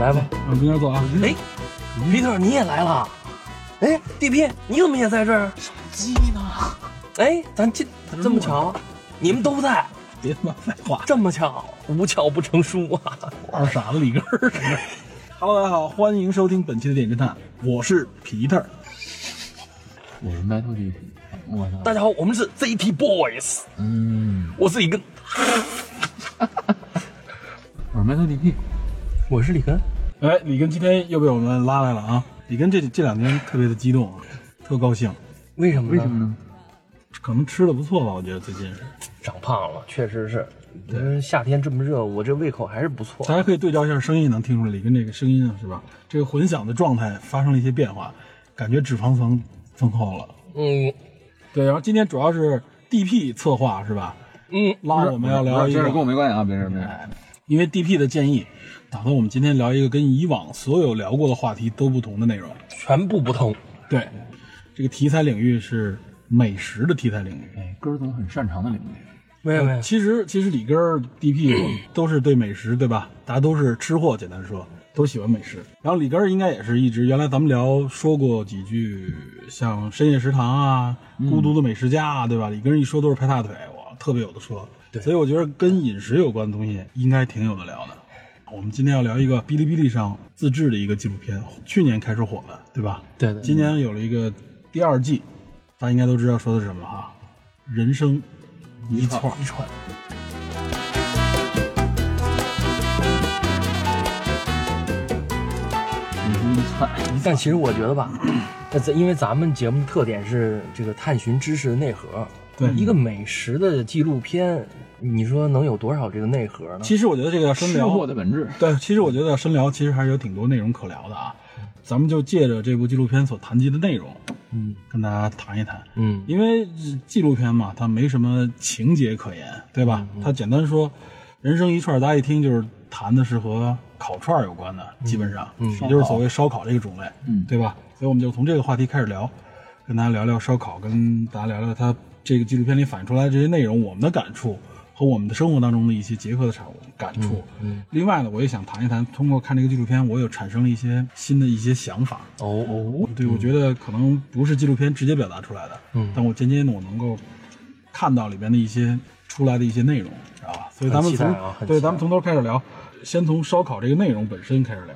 来吧，往中间坐啊。哎，皮特你也来了。哎，DP 你怎么也在这儿？手机呢？哎，咱这这么巧，你们都在， 别他妈废话，这么巧，无巧不成书啊！二傻子里根儿。Hello，大家好，欢迎收听本期的电影侦探，我是皮特。我是麦托利，我操，大家好，我们是 ZT Boys。嗯，我是李根， 我是麦托利 P，我是李根。哎，李根今天又被我们拉来了啊！李根这这两天特别的激动啊，特高兴，为什么？为什么呢？可能吃的不错吧？我觉得最近是，长胖了，确实是。嗯，夏天这么热，我这胃口还是不错大。家可以对照一下声音，能听出来李根这个声音啊，是吧？这个混响的状态发生了一些变化，感觉脂肪层增厚了。嗯对，然后今天主要是 DP 策划是吧？嗯，拉我们要聊一这个哎事跟我没关系啊，别事没事。因为 DP 的建议，打算我们今天聊一个跟以往所有聊过的话题都不同的内容。全部不同。对，这个题材领域是美食的题材领域。哎，哥儿总很擅长的领域，没有没有，其实，其实李根儿、DP 我 们都是对美食，对吧？大家都是吃货，简单说，都喜欢美食。然后李根儿应该也是一直，原来咱们聊说过几句，像深夜食堂啊、孤独的美食家啊，对吧？李根儿一说都是拍大腿，我特别有的说。对，所以我觉得跟饮食有关的东西应该挺有的聊的。我们今天要聊一个哔哩哔哩上自制的一个纪录片，去年开始火的，对吧？对对今年有了一个第二季，大家应该都知道说的是什么哈，人生一串儿。一串。嗯你一窜，嗯但其实我觉得吧，那咱因为咱们节目的特点是这个探寻知识的内核，对一个美食的纪录片，你说能有多少这个内核呢？其实我觉得这个要深吃聊，货的本质。对，其实我觉得要深聊，其实还是有挺多内容可聊的啊。咱们就借着这部纪录片所谈及的内容，嗯跟大家谈一谈。嗯因为呃纪录片嘛，它没什么情节可言，对吧？它简单说，人生一串，大家一听就是谈的是和烤串儿有关的，基本上，也就是所谓烧烤这个种类，嗯对吧？所以我们就从这个话题开始聊，跟大家聊聊烧烤，跟大家聊聊它这个纪录片里反映出来的这些内容，我们的感触和我们的生活当中的一些结合的产物感触。另外呢，我也想谈一谈，通过看这个纪录片，我有产生了一些新的一些想法。哦哦，对，我觉得可能不是纪录片直接表达出来的，嗯但我间接的我能够看到里边的一些出来的一些内容，知道吧？所以咱们很期待从、啊很期待对，咱们从头开始聊，先从烧烤这个内容本身开始啊聊。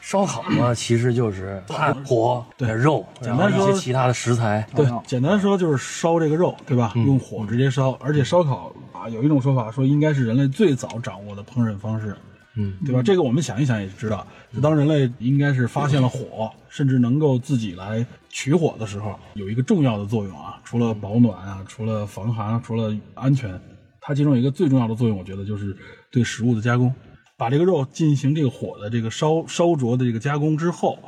烧烤嘛，其实就是炭火、对肉，简然单后说一些其他的食材。对，简单说就是烧这个肉，对嗯吧？用火直接烧，而且烧烤啊，有一种说法说应该是人类最早掌握的烹饪方式，嗯，对吧？这个我们想一想也知道，就当人类应该是发现了火，甚至能够自己来取火的时候，有一个重要的作用啊，除了保暖啊，除了防寒啊，除了安全，它其中有一个最重要的作用，我觉得就是对食物的加工，把这个肉进行这个火的这个烧烧灼的这个加工之后。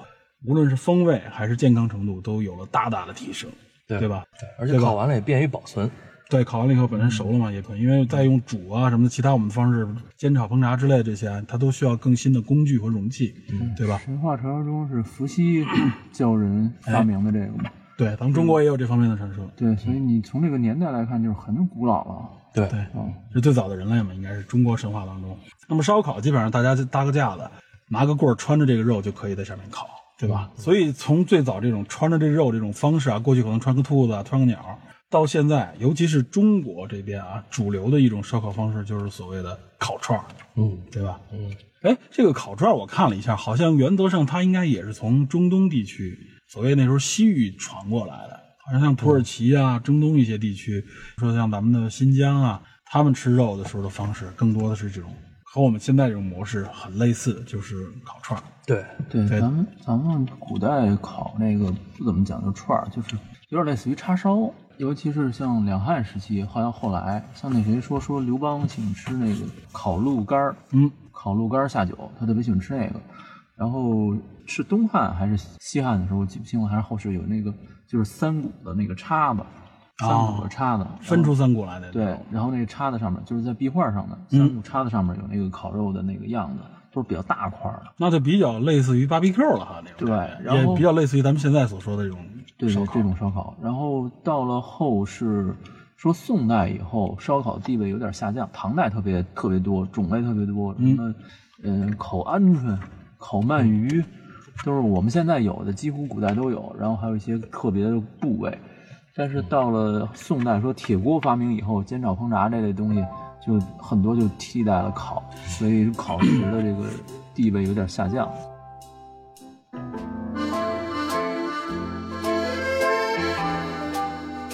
无论是风味还是健康程度，都有了大大的提升。对对吧？而且烤完了也便于保存。对，烤完了以后本身熟了嘛，也可以，因为再用煮啊什么的，其他我们的方式，煎炒烹炸之类这些啊，它都需要更新的工具和容器，对吧？嗯神话传说中是伏 羲教人发明的这个嘛？对，咱们中国也有这方面的传说，对，所以你从这个年代来看，就是很古老了。对，对嗯，是最早的人类嘛，应该是中国神话当中。那么烧烤基本上大家就搭个架子，拿个棍儿穿着这个肉就可以在上面烤，对吧？所以从最早这种穿着这肉这种方式啊，过去可能穿个兔子啊，穿个鸟，到现在，尤其是中国这边啊，主流的一种烧烤方式就是所谓的烤串儿，嗯对吧？嗯，哎，这个烤串儿我看了一下，好像原则上它应该也是从中东地区，所谓那时候西域传过来的，好像像土耳其啊、中东一些地区，说像咱们的新疆啊，他们吃肉的时候的方式，更多的是这种和我们现在这种模式很类似，就是烤串儿。对，对，对咱们咱们古代烤那个不怎么讲究串儿，就是有点类似于叉烧，尤其是像两汉时期，好像后来像那谁说说刘邦请吃那个烤鹿肝儿，嗯，烤鹿肝儿下酒，他特别喜欢吃那个。然后是东汉还是西汉的时候，我记不清了，还是后世有那个就是三股的那个叉子，三哦股的叉子、分出三股来的。哦对，然后那个叉子上面就是在壁画上的三股叉子上面有那个烤肉的那个样子，都是比较大块儿的。那就比较类似于 BBQ 了哈，那种对感觉然后也比较类似于咱们现在所说的这种对烧对，烤这种烧烤。然后到了后世，说宋代以后，烧烤地位有点下降，唐代特别特别多，种嗯类特别多，什么嗯烤鹌鹑、烤鳗嗯鱼，都是我们现在有的，几乎古代都有。然后还有一些特别的部位，但是到了宋代，说铁锅发明以后，煎炒烹炸这类东西就很多就替代了烤，所以烤食的这个地位有点下降。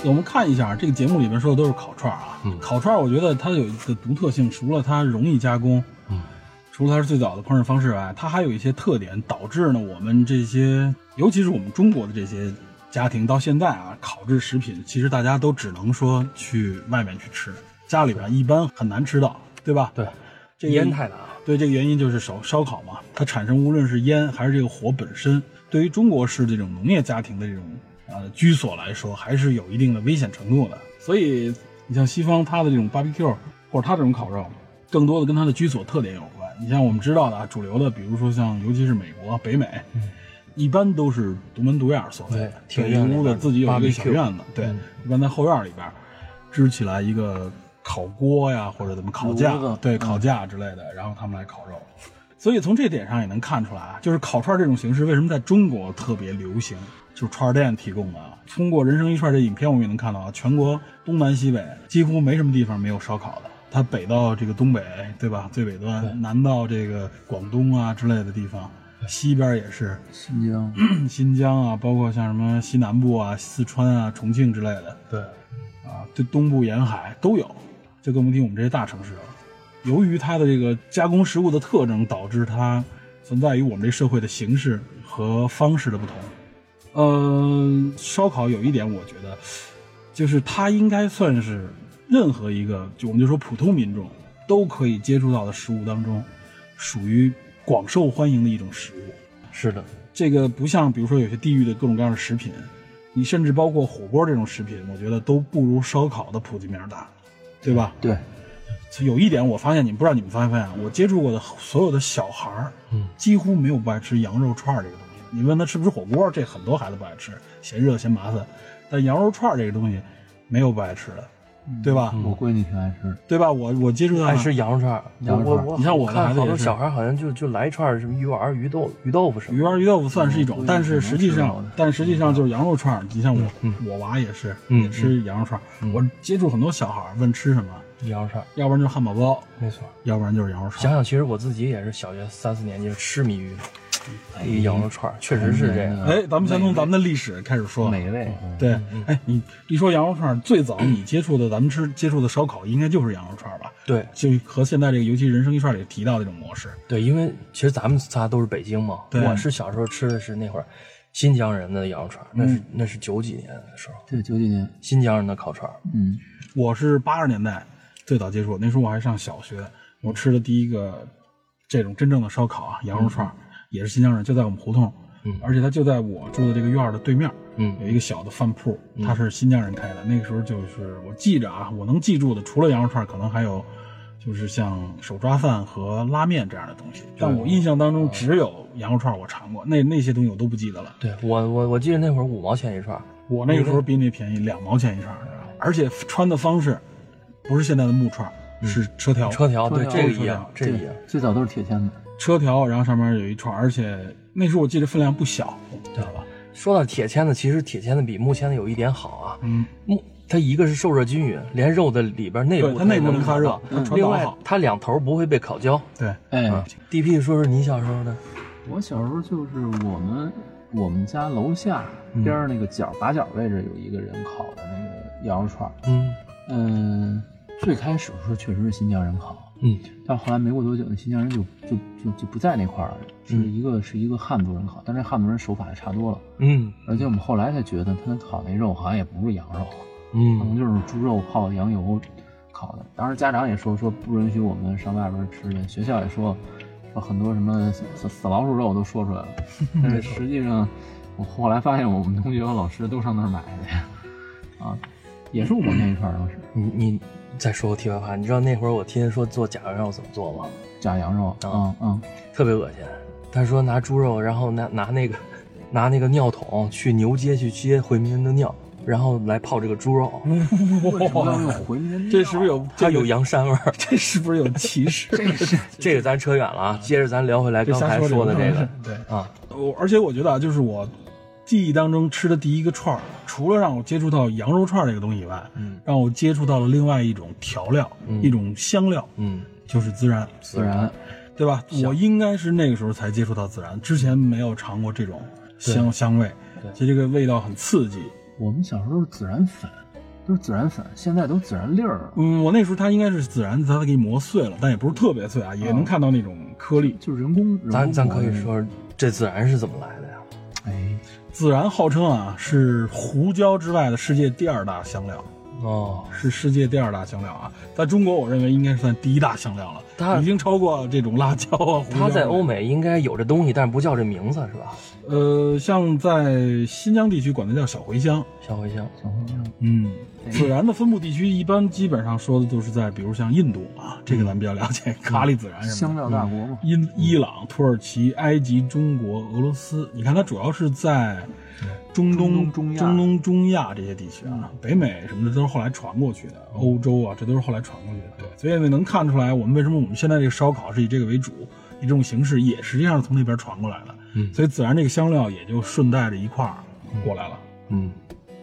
我们看一下这个节目里面说的都是烤串儿啊，烤串儿我觉得它有一个独特性，除了它容易加工，嗯，除了它是最早的烹饪方式外，它还有一些特点，导致呢我们这些，尤其是我们中国的这些家庭到现在啊，烤制食品其实大家都只能说去外面去吃，家里边一般很难吃到，对吧？对，这个烟太大了。对，这个原因就是烧烧烤嘛，它产生无论是烟还是这个火本身，对于中国式这种农业家庭的这种呃居所来说，还是有一定的危险程度的。所以你像西方它的这种 barbecue 或者它这种烤肉，更多的跟它的居所特点有关。你像我们知道的啊，主流的，比如说像尤其是美国、北美，一般都是独门独院儿所谓的，对对庭院一里屋子边自己有一个小 barbecue 院子，对，嗯一般在后院里边支起来一个烤锅呀，或者怎么烤架炉子，嗯对，烤架之类的，然后他们来烤肉。所以从这点上也能看出来啊，就是烤串这种形式为什么在中国特别流行，就是串儿店提供的啊。通过《人生一串》这影片，我们也能看到啊，全国东南西北几乎没什么地方没有烧烤的。它北到这个东北，对吧？最北端，南到这个广东啊之类的地方，西边也是，新疆。 新疆啊，包括像什么西南部啊、四川啊、重庆之类的，对，啊，对东部沿海都有，就更甭提我们这些大城市了。由于它的这个加工食物的特征，导致它存在于我们这社会的形式和方式的不同。嗯，烧烤有一点，我觉得就是它应该算是任何一个，就我们就说普通民众都可以接触到的食物当中，属于广受欢迎的一种食物。是的，这个不像比如说有些地域的各种各样的食品，你甚至包括火锅这种食品，我觉得都不如烧烤的普及面儿大，对吧？对，有一点我发现，你们不知道你们发没发现，我接触过的所有的小孩儿，嗯，几乎没有不爱吃羊肉串儿这个东西。你问他吃不吃火锅，这很多孩子不爱吃，嫌热嫌麻烦。但羊肉串儿这个东西，没有不爱吃的，对吧？嗯我闺女挺爱吃的。对吧？我我接触到爱吃羊肉串儿。哎羊肉嗯我串儿我你像我的看孩子好也多是小孩好像就就来一串儿什么鱼丸儿、鱼豆、鱼豆腐什么鱼的。丸鱼豆腐算是一种，但是实际上，但实际上就是羊肉串儿。你像我，我娃也是，也吃羊肉串儿。我接触很多小孩儿问吃什么，羊肉串儿，要不然就是汉堡包，没错。要不然就是羊肉串想儿。想，其实我自己也是小学三四年级痴迷于哎一羊肉串儿，确实是这样。嗯哎，咱们先从咱们的历史开始说。美味，对，哎，你一说羊肉串儿，最早你接触的，咱们吃接触的烧烤，应该就是羊肉串儿吧？对就和现在这个，尤其人生一串儿里提到的这种模式。对，因为其实咱们仨都是北京嘛，对我是小时候吃的是那会儿新疆人的羊肉串儿，那是那是九几年的时候，嗯对，九几年，新疆人的烤串儿。嗯，我是八十年代最早接触，那时候我还上小学，我吃的第一个这种真正的烧烤啊，羊肉串儿，也是新疆人，就在我们胡同，嗯而且它就在我住的这个院儿的对面，嗯有一个小的饭铺，它是新疆人开的。那个时候就是我记着啊，我能记住的，除了羊肉串儿，可能还有就是像手抓饭和拉面这样的东西，但我印象当嗯中只有羊肉串儿我尝过，那那些东西我都不记得了。对我我我记得那会儿五毛钱一串儿，我那个时候比你便宜两毛钱一串儿，而且穿的方式不是现在的木串儿，是车条。嗯车条对哦车条这个车一样条，这个一样。最早都是铁签的，车条，然后上面有一串儿，而且那时候我记得分量不小，知道吧？说到铁签子，其实铁签子比木签子有一点好啊，嗯，木它一个是受热均匀，连肉的里边内对，部它内部能能发烤热到，嗯它传另导外好。它两头不会被烤焦。对，哎，嗯，DP 说说你小时候的，我小时候就是我们我们家楼下嗯边儿那个角把角位置有一个人烤的那个羊肉串儿，嗯嗯，最开始是确实是新疆人烤，嗯但后来没过多久，那新疆人就就就就不在那块儿了，是嗯一个是一个汉族人烤，但是汉族人手法也差多了，嗯而且我们后啊来才觉得他烤那肉好像也不是羊肉，可能嗯就是猪肉泡羊油烤的。当时家长也说说不允许我们上外边吃去，学校也说说很多什么死死老鼠肉都说出 来了，但是实际上我后来发现我们同学和老师都上那儿买的，啊，也是我们那一块儿当时你你再说个题外话，你知道那会儿我天天说做假羊肉怎么做吗？假羊肉，啊嗯嗯，特别恶心。他说拿猪肉，然后拿拿那个拿那个尿桶去牛街去接回民人的尿，然后来泡这个猪肉，为什么要用回民这是不是有它嗯这有个？羊膻味儿。 这是不是有歧视？这个咱扯远了啊，接着咱聊回来这刚瞎才说的这个 对。啊，我而且我觉得啊，就是我记忆当中吃的第一个串儿，除了让我接触到羊肉串儿这个东西以外，嗯让我接触到了另外一种调料，嗯一种香料，嗯，就是孜然，孜然，对吧？我应该是那个时候才接触到孜然，之前没有尝过这种香香味，其实这个味道很刺激。我们小时候都是孜然粉，都是孜然粉，现在都孜然粒儿了，嗯，我那时候它应该是孜然，它给磨碎了，但也不是特别碎啊，嗯也能看到那种颗粒。就是人工。人咱工咱磨可以的那种，说这孜然是怎么来的呀？哎，孜然号称啊是胡椒之外的世界第二大香料。哦，是世界第二大香料啊，在中国我认为应该算第一大香料它了，已经超过这种辣椒啊、胡椒啊。它在欧美应该有这东西，但是不叫这名字是吧？呃，像在新疆地区管它叫小茴香，小茴香，小红酱嗯，孜然的分布地区一般基本上说的都是在，比如像印度啊，这个咱们比较了解，咖喱孜然什香么的。料大国嘛，嗯伊伊朗、土耳其、埃及、中国、俄罗斯，你看它主要是在中东、中东中亚中东、中亚这些地区啊，北美什么的都是后来传过去的，欧洲啊，这都是后来传过去的。对，所以呢，能看出来我们为什么我们现在这个烧烤是以这个为主，以这种形式，也实际上是从那边传过来的。嗯所以孜然这个香料也就顺带着一块儿过来了。嗯，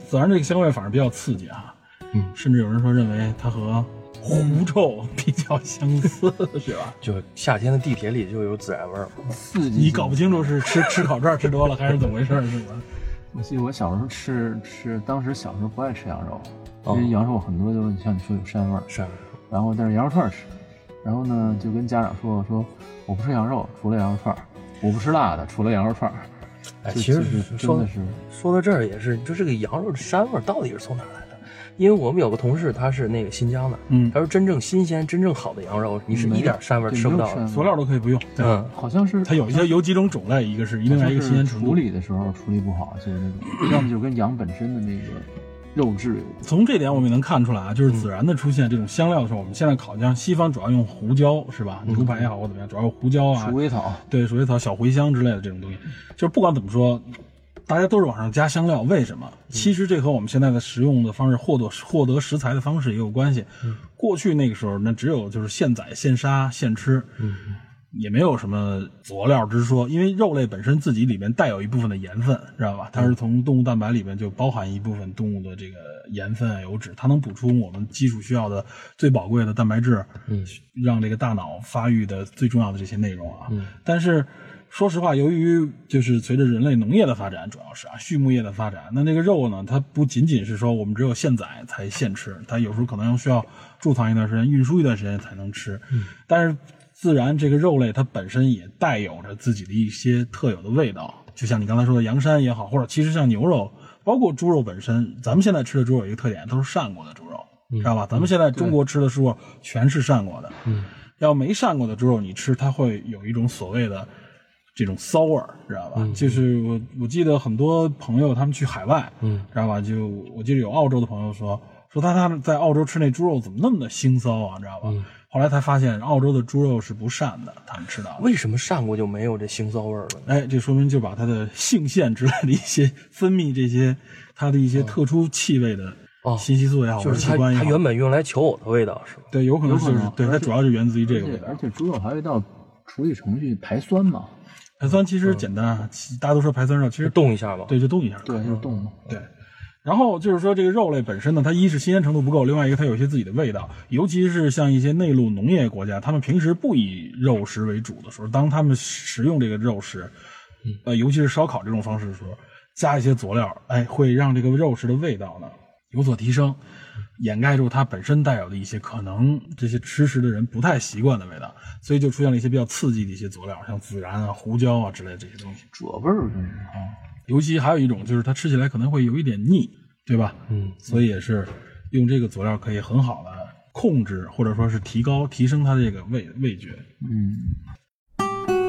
孜然这个香味反而比较刺激啊，嗯甚至有人说认为它和狐臭比较相似， 是吧？就夏天的地铁里就有孜然味儿。刺激。你搞不清楚是吃吃烤串吃多了还是怎么回事，是吧？我记得我小时候吃吃，当时小时候不爱吃羊肉，哦因为羊肉很多就是像你说有膻味儿，是，然后但是羊肉串儿吃，然后呢就跟家长说我说我不吃羊肉，除了羊肉串儿，我不吃辣的，除了羊肉串儿。哎，就其实就是真说的是说到这儿也是，你说这个羊肉的膻味儿到底是从哪儿来的？因为我们有个同事，他是那个新疆的，嗯他说真正新鲜、真正好的羊肉，你是一点膻味儿对吃不没有到的。膻佐味儿料都可以不用。对，嗯，好像是它有一些有几种种类，一个是另外一个新鲜程处度。理的时候处理不好，就是那种，要么就跟羊本身的那个肉质有关。从这点我们也能看出来啊，就是孜然的出现这种香料的时候，我们现在烤像西方主要用胡椒是吧？牛排也好或怎么样，主要用胡椒啊嗯鼠，尾草，对，鼠尾草、小茴香之类的这种东西，就是不管怎么说，大家都是往上加香料，为什么？其实这和我们现在的食用的方式、获得获得食材的方式也有关系。过去那个时候，那只有就是现宰、现杀、现吃，也没有什么佐料之说，因为肉类本身自己里面带有一部分的盐分，知道吧？它是从动物蛋白里面就包含一部分动物的这个盐分啊、油脂，它能补充我们基础需要的最宝贵的蛋白质，嗯，让这个大脑发育的最重要的这些内容啊。但是说实话，由于就是随着人类农业的发展，主要是啊畜牧业的发展，那这个肉呢，它不仅仅是说我们只有现宰才现吃，它有时候可能需要贮藏一段时间、运输一段时间才能吃。但是自然这个肉类它本身也带有着自己的一些特有的味道，就像你刚才说的羊膻也好，或者其实像牛肉，包括猪肉本身，咱们现在吃的猪肉有一个特点，都是善过的猪肉。嗯知道吧？咱们现在中国吃的猪肉全是善过的，嗯，要没善过的猪肉，你吃它会有一种所谓的这种骚味儿，知道吧？嗯就是我我记得很多朋友他们去海外，嗯，知道吧？就我记得有澳洲的朋友说说他他在澳洲吃那猪肉怎么那么的腥骚啊，知道吧？嗯后来才发现澳洲的猪肉是不善的，他们吃到的。为什么上过就没有这腥骚味儿了呢？哎，这说明就把它的性腺之类的一些分泌这些它的一些特殊气味的哦信息素也好，就或者是器它官也它好，原本用来求偶的味道是吧？对，有可能有就可是能对它而且主要是源自于这而个味且道而。且猪肉还有一道处理程序排酸嘛，排酸其实简单啊，其大家都说排酸肉，其就实动一下嘛。对就动一下就可以嗯对，就是动嘛。对。然后就是说，这个肉类本身呢，它一是新鲜程度不够，另外一个它有一些自己的味道，尤其是像一些内陆农业国家，他们平时不以肉食为主的时候，当他们食用这个肉食，呃，尤其是烧烤这种方式的时候，加一些佐料，哎，会让这个肉食的味道呢有所提升，掩盖住它本身带有的一些可能这些吃食的人不太习惯的味道，所以就出现了一些比较刺激的一些佐料，像孜然啊、胡椒啊之类的这些东西。褶味儿就是啊，尤其还有一种就是它吃起来可能会有一点腻，对吧？嗯，所以也是用这个佐料可以很好的控制或者说是提高、提升它这个味味觉。嗯，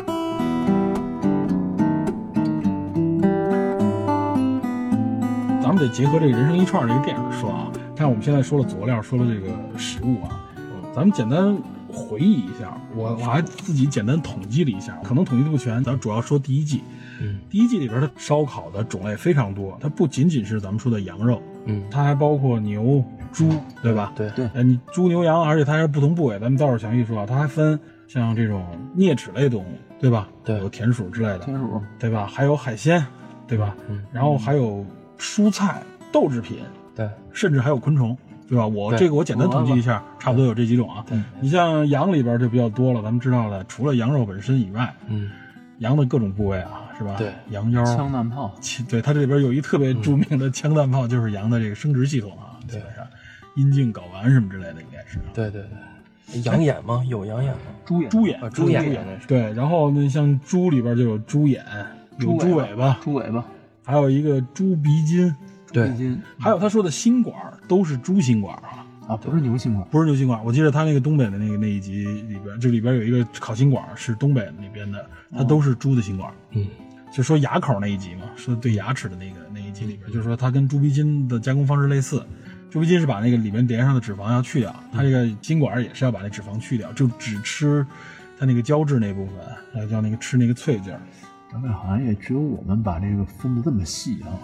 咱们得结合这个人生一串儿这个电影说啊。看我们现在说了佐料，说了这个食物啊，咱们简单回忆一下，我我还自己简单统计了一下，可能统计的不全，咱主要说第一季。嗯第一季里边的烧烤的种类非常多，它不仅仅是咱们说的羊肉，嗯，它还包括牛、猪，对吧？对对呃，你猪牛羊，而且它还是不同部位，咱们到时候详细说啊。它还分像这种啮齿类动物，对吧？对有田鼠之类的，天鼠，对吧？还有海鲜，对吧？嗯然后还有蔬菜、豆制品，对，甚至还有昆虫，对吧？我对这个我简单统计一下，差不多有这几种啊。你像羊里边就比较多了，咱们知道的，除了羊肉本身以外，嗯，羊的各种部位啊，是吧？对，羊腰、枪弹炮，其对它这里边有一特别著名的枪弹炮，就是羊的这个生殖系统啊，基本上阴茎、睾丸什么之类的，应该是。啊对对对， 养眼吗？有养眼吗？猪眼，猪眼啊，猪猪眼眼，对，然后那像猪里边就有猪眼，有猪猪尾尾巴，猪尾巴，还有一个猪鼻筋，对一斤还有他说的心管儿都是猪心管儿啊，啊，不是牛心管，不是牛心管儿。我记得他那个东北的那个那一集里边，这里边有一个烤心管儿是东北那边的，它都是猪的心管儿。嗯，就说牙口那一集嘛，说对牙齿的那个那一集里边，就是说它跟猪鼻筋的加工方式类似。猪鼻筋是把那个里面连上的脂肪要去掉，它这个筋管也是要把那脂肪去掉，就只吃它那个胶质那部分，要要那个吃那个脆劲儿。咱们好像也只有我们把这个分的这么细啊。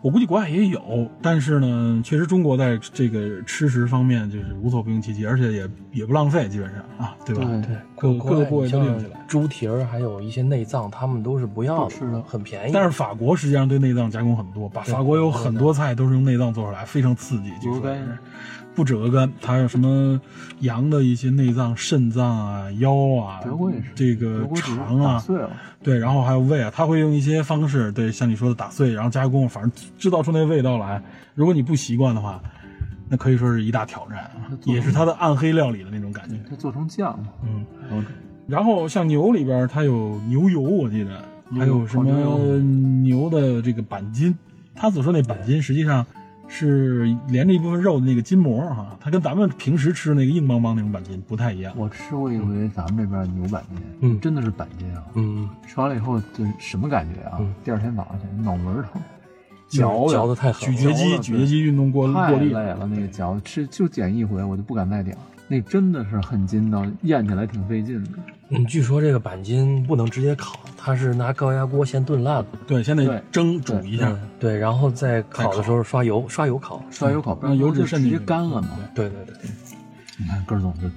我估计国外也有，但是呢，确实中国在这个吃食方面就是无所不用其极，而且也也不浪费，基本上啊，对吧？对各各个部位都利用起来。哎像猪蹄儿还有一些内脏，他们都是不要不吃的很便宜。但是法国实际上对内脏加工很多，把法国有很多菜都是用内脏做出来，非常刺激。据鹅说肝是不止鹅肝，它还有什么羊的一些内脏、肾脏啊、腰啊德国也是，，这德个国只是肠打啊，碎了，对，然后还有胃啊，它会用一些方式，对，像你说的打碎，然后加工，反正制造出那味道来。如果你不习惯的话，那可以说是一大挑战啊那，做也是它的暗黑料理的那种感觉。它做成酱了。嗯，嗯然后像牛里边儿，它有牛油，我记得牛油还有什烤牛么油牛的这个板筋，他所说那板筋实际上是连着一部分肉的那个筋膜哈、它跟咱们平时吃那个硬邦邦那种板筋不太一样。我吃过一回咱们这边的牛板筋，嗯真的是板筋啊！嗯，吃完了以后，这什么感觉啊？嗯第二天早上起来脑门儿疼，嗯嚼的嚼的太狠咀了，嚼肌了咀嚼肌运动过太过累力，了，那个嚼吃就剪一回，我就不敢再点了。那真的是很筋道，咽起来挺费劲的。嗯，据说这个板筋不能直接烤，它是拿高压锅先炖烂了，对，先得对蒸煮一下。嗯，对，然后再烤的时候刷油，刷油烤。刷油烤，不让然嗯油就脂渗直进接去干了嘛。对对对，你看根儿总就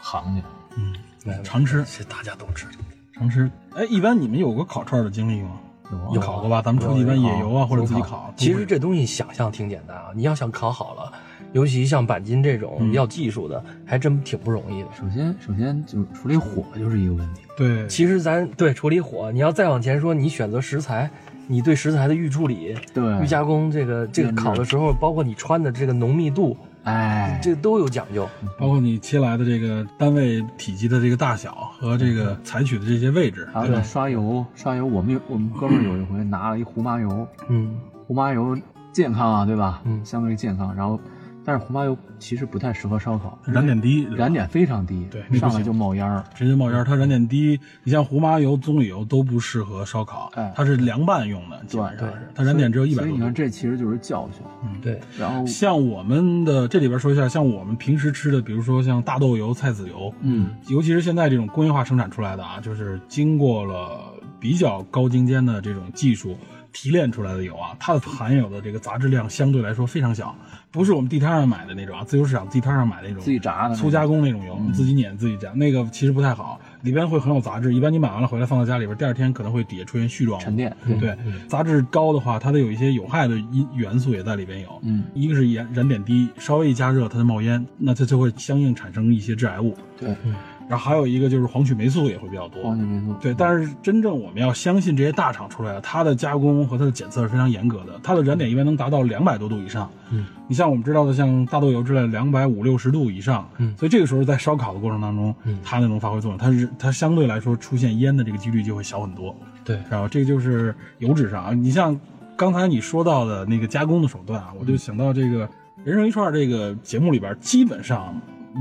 行去，来嗯常吃这大家都吃。常吃。哎，一般你们有过烤串的经历吗？有有啊烤过吧？咱们出去一般野游啊，或者自己烤。其实这东西想象挺简单啊，你要想烤好了，尤其像板筋这嗯种要技术的，还真挺不容易的。首先首先就是处理火就是一个问题，对，其实咱对处理火，你要再往前说，你选择食材，你对食材的预处理、对嗯预加工，这个这个烤的时候，包括你穿的这个浓密度，哎，这都有讲究。包括你切来的这个单位体积的这个大小和这个嗯采取的这些位置，还有刷油刷油，我们有我们哥们儿有一回拿了一胡麻油，嗯，胡麻油健康啊，对吧？嗯相对于健康，然后但是胡麻油其实不太适合烧烤，燃点低，燃点非常低，对那不上来行就冒烟儿。直接冒烟。它燃点低，你像胡麻油、棕榈油都不适合烧烤哎，它是凉拌用的，基本上对是它燃点只有一百所以多你看，度。这其实就是教训。嗯嗯对，然后，像我们的这里边说一下，像我们平时吃的，比如说像大豆油、菜籽油，嗯，尤其是现在这种工业化生产出来的啊，就是经过了比较高精尖的这种技术提炼出来的油啊，它的含有的这个杂质量相对来说非常小，不是我们地摊上买的那种啊，自由市场地摊上买的那种自己炸的那种嗯粗加工那种油，自己碾自己炸，那个其实不太好，里边会很有杂质。一般你买完了回来放到家里边，第二天可能会底下出现絮状物沉淀，嗯对，杂质高的话，它的有一些有害的因元素也在里边有。嗯，一个是燃燃点低，稍微一加热它就冒烟，那它就会相应产生一些致癌物。对，嗯然后还有一个就是黄曲霉素也会比较黄多。曲霉素，对，但是真正我们要相信这些大厂出来的，它的加工和它的检测是非常严格的，它的燃点一般能达到两百多度以上。嗯，你像我们知道的，像大豆油之类的，两百五六十度以上。嗯所以这个时候在烧烤的过程当中，嗯它那种发挥作用，它是它相对来说出现烟的这个几率就会小很多。对，然后这个就是油脂上啊，你像刚才你说到的那个加工的手段啊，我就想到这个《人生一串》这个节目里边，基本上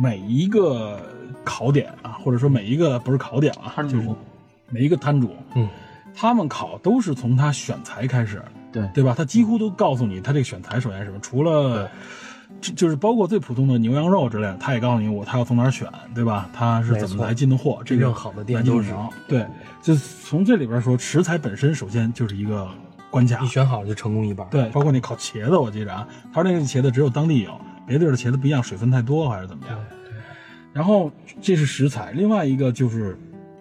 每一个考点啊，或者说每一个不是考点啊，就是每一个摊主，嗯，他们考都是从他选材开始，对对吧？他几乎都告诉你他这个选材首先是什么，除了。这就是包括最普通的牛羊肉之类的，他也告诉你我他要从哪儿选，对吧？他是没怎么错来进的货，这真个正好的店来进都的是牛对，就从这里边说，食材本身首先就是一个关卡你，选好了就成功一半。，对，包括那烤茄子，我记着啊，他说那个茄子只有当地有，别地儿的茄子不一样，水分太多还是怎么样。然后这是食材，另外一个就是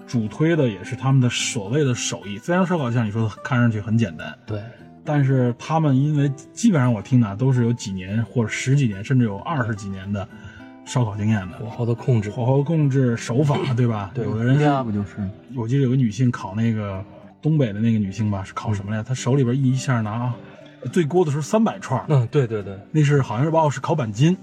主推的也是他们的所谓的手艺。虽然烧烤像你说的看上去很简单，对，但是他们因为基本上我听的啊都是有几年或者十几年，甚至有二十几年的烧烤经验的火候的控制，火候控制手法，嗯对啊吧？有的人人是家不就是我记得有个女性烤那个东北的那个女性吧，是烤什么来着？她手里边一下拿最多的时候三百串儿，嗯，对对对，那是好像是哦是烤板筋，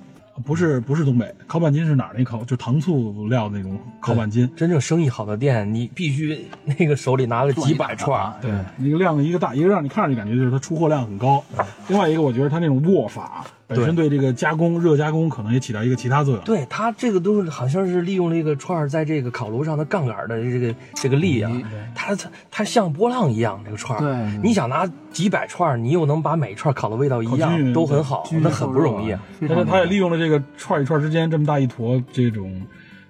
不是不是东北烤板筋是哪儿那烤？就糖醋料的那种烤板筋。真正生意好的店，你必须那个手里拿个几百串儿，对，一嗯个量一个大，一个让你看着就感觉就是它出货量很高，另外一个我觉得它那种握法本身对这个加工热加工可能也起到一个其他作用。对他这个都是好像是利用这个串儿在这个烤炉上的杠杆的这个这个力啊，嗯它它它像波浪一样这个串儿，对对你想拿几百串儿，你又能把每一串儿烤的味道一烤均样，匀都很好，那很不容易啊。，非但常是它也难利用了这个串与串之间这么大一坨这种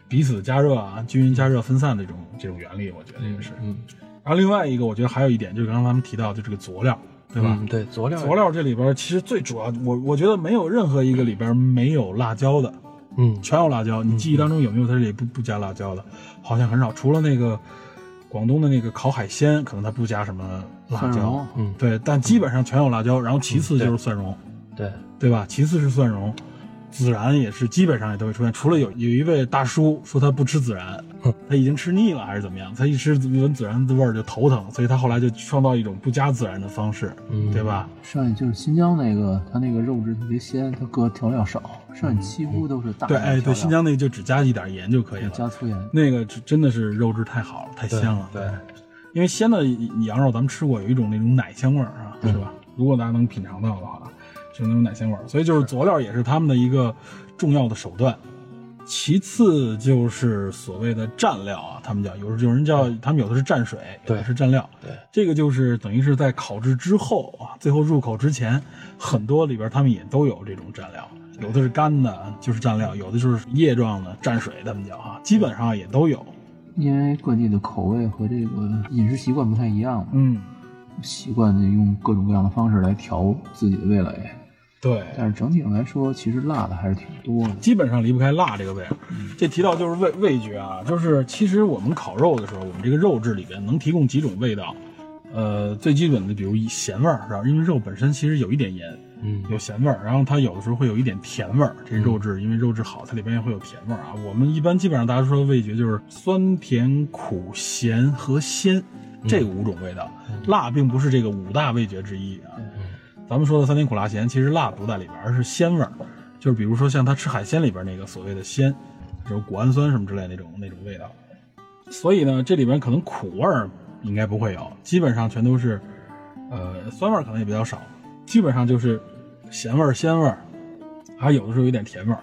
彼此加热啊、均匀加热分散的这种这种原理，我觉得也是。嗯，然后另外一个，我觉得还有一点就是刚刚咱们提到，就这个佐料，对吧？嗯，对，佐料，佐，料这里边其实最主要，我我觉得没有任何一个里边没有辣椒的，嗯，全有辣椒。你记忆当中有没有它这里不不加辣椒的？好像很少，除了那个广东的那个烤海鲜，可能它不加什么辣蒜椒蓉。嗯对，但基本上全有辣椒。然后其次就嗯是蒜蓉，对，对吧？其次是蒜蓉，孜然也是基本上也都会出现。除了有有一位大叔说他不吃孜然，他已经吃腻了还是怎么样？他一吃闻孜然的味儿就头疼，所以他后来就创造一种不加孜然的方式，嗯对吧？剩下就是新疆那个，它那个肉质特别鲜，它搁调料少，剩下几乎都是大对，量哎，调对，料新疆那个就只加一点盐就可以对加了。粗盐，那个是真的是肉质太好了，太鲜了。对，因为鲜的羊肉咱们吃过，有一种那种奶香味儿啊，嗯是吧？如果大家能品尝到的话，是那种奶香味儿。所以就是佐料也是他们的一个重要的手段。其次就是所谓的蘸料啊，他们叫有有人叫他们有的是蘸水，有对的是蘸料。对，这个就是等于是在烤制之后啊，最后入口之前，很多里边他们也都有这种蘸料，有的是干的，就是蘸料；有的就是液状的蘸水，他们叫啊，基本上也都有。因为各地的口味和这个饮食习惯不太一样嘛，嗯，习惯的用各种各样的方式来调自己的味蕾，对。但是整体上来说，其实辣的还是挺多的。基本上离不开辣这个味儿。这提到就是味味觉啊，就是其实我们烤肉的时候，我们这个肉质里边能提供几种味道。呃，最基本的比如咸味儿，然后因为肉本身其实有一点盐，嗯有咸味儿，然后它有的时候会有一点甜味儿。这肉质因为肉质好，它里边也会有甜味儿啊。我们一般基本上大家说味觉就是酸、甜、苦、咸和鲜这五种味道，辣并不是这个五大味觉之一啊。咱们说的酸甜苦辣咸，其实辣不在里边，而是鲜味儿。就是比如说像他吃海鲜里边那个所谓的鲜，就是谷氨酸什么之类那种那种味道。所以呢，这里边可能苦味儿应该不会有，基本上全都是，呃，酸味儿可能也比较少，基本上就是咸味儿、鲜味儿，还有的时候有点甜味儿。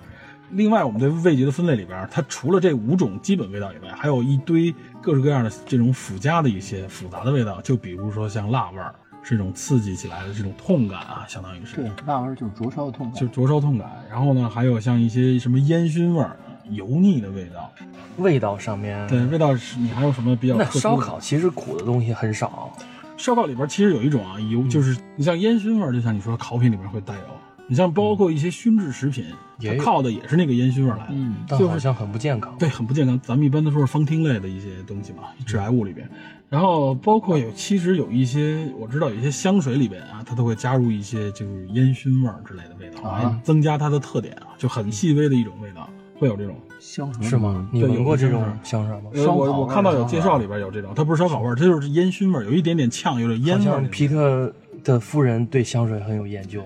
另外，我们对味觉的分类里边儿，它除了这五种基本味道以外，还有一堆各式各样的这种附加的一些复杂的味道，就比如说像辣味儿，是一种刺激起来的这种痛感啊，相当于是。对，辣味儿就是灼烧的痛感。就灼烧痛感，然后呢，还有像一些什么烟熏味儿、油腻的味道，味道上面，对，味道是你还有什么比较那特殊的烧烤其实苦的东西很少，烧烤里边其实有一种啊油，就是你像烟熏味儿，就像你说烤品里边会带有，啊你像包括一些熏制食品，也有它靠的也是那个烟熏味儿来的。嗯，但就是好像很不健康。对，很不健康。咱们一般都说是芳烃类的一些东西嘛，致癌物里边。然后包括有，其实有一些我知道有一些香水里边啊，它都会加入一些就是烟熏味儿之类的味道，啊增加它的特点啊，就很细微的一种味道，会有这种。香水是吗？你对闻有过这香种味儿香水吗？呃烧烤味我儿我看到烧有烤介绍里边有这种，它不是烧烤味儿，它就是烟熏味儿，有一点点呛，有点烟好味儿像那种。皮特的夫人对香水很有研 究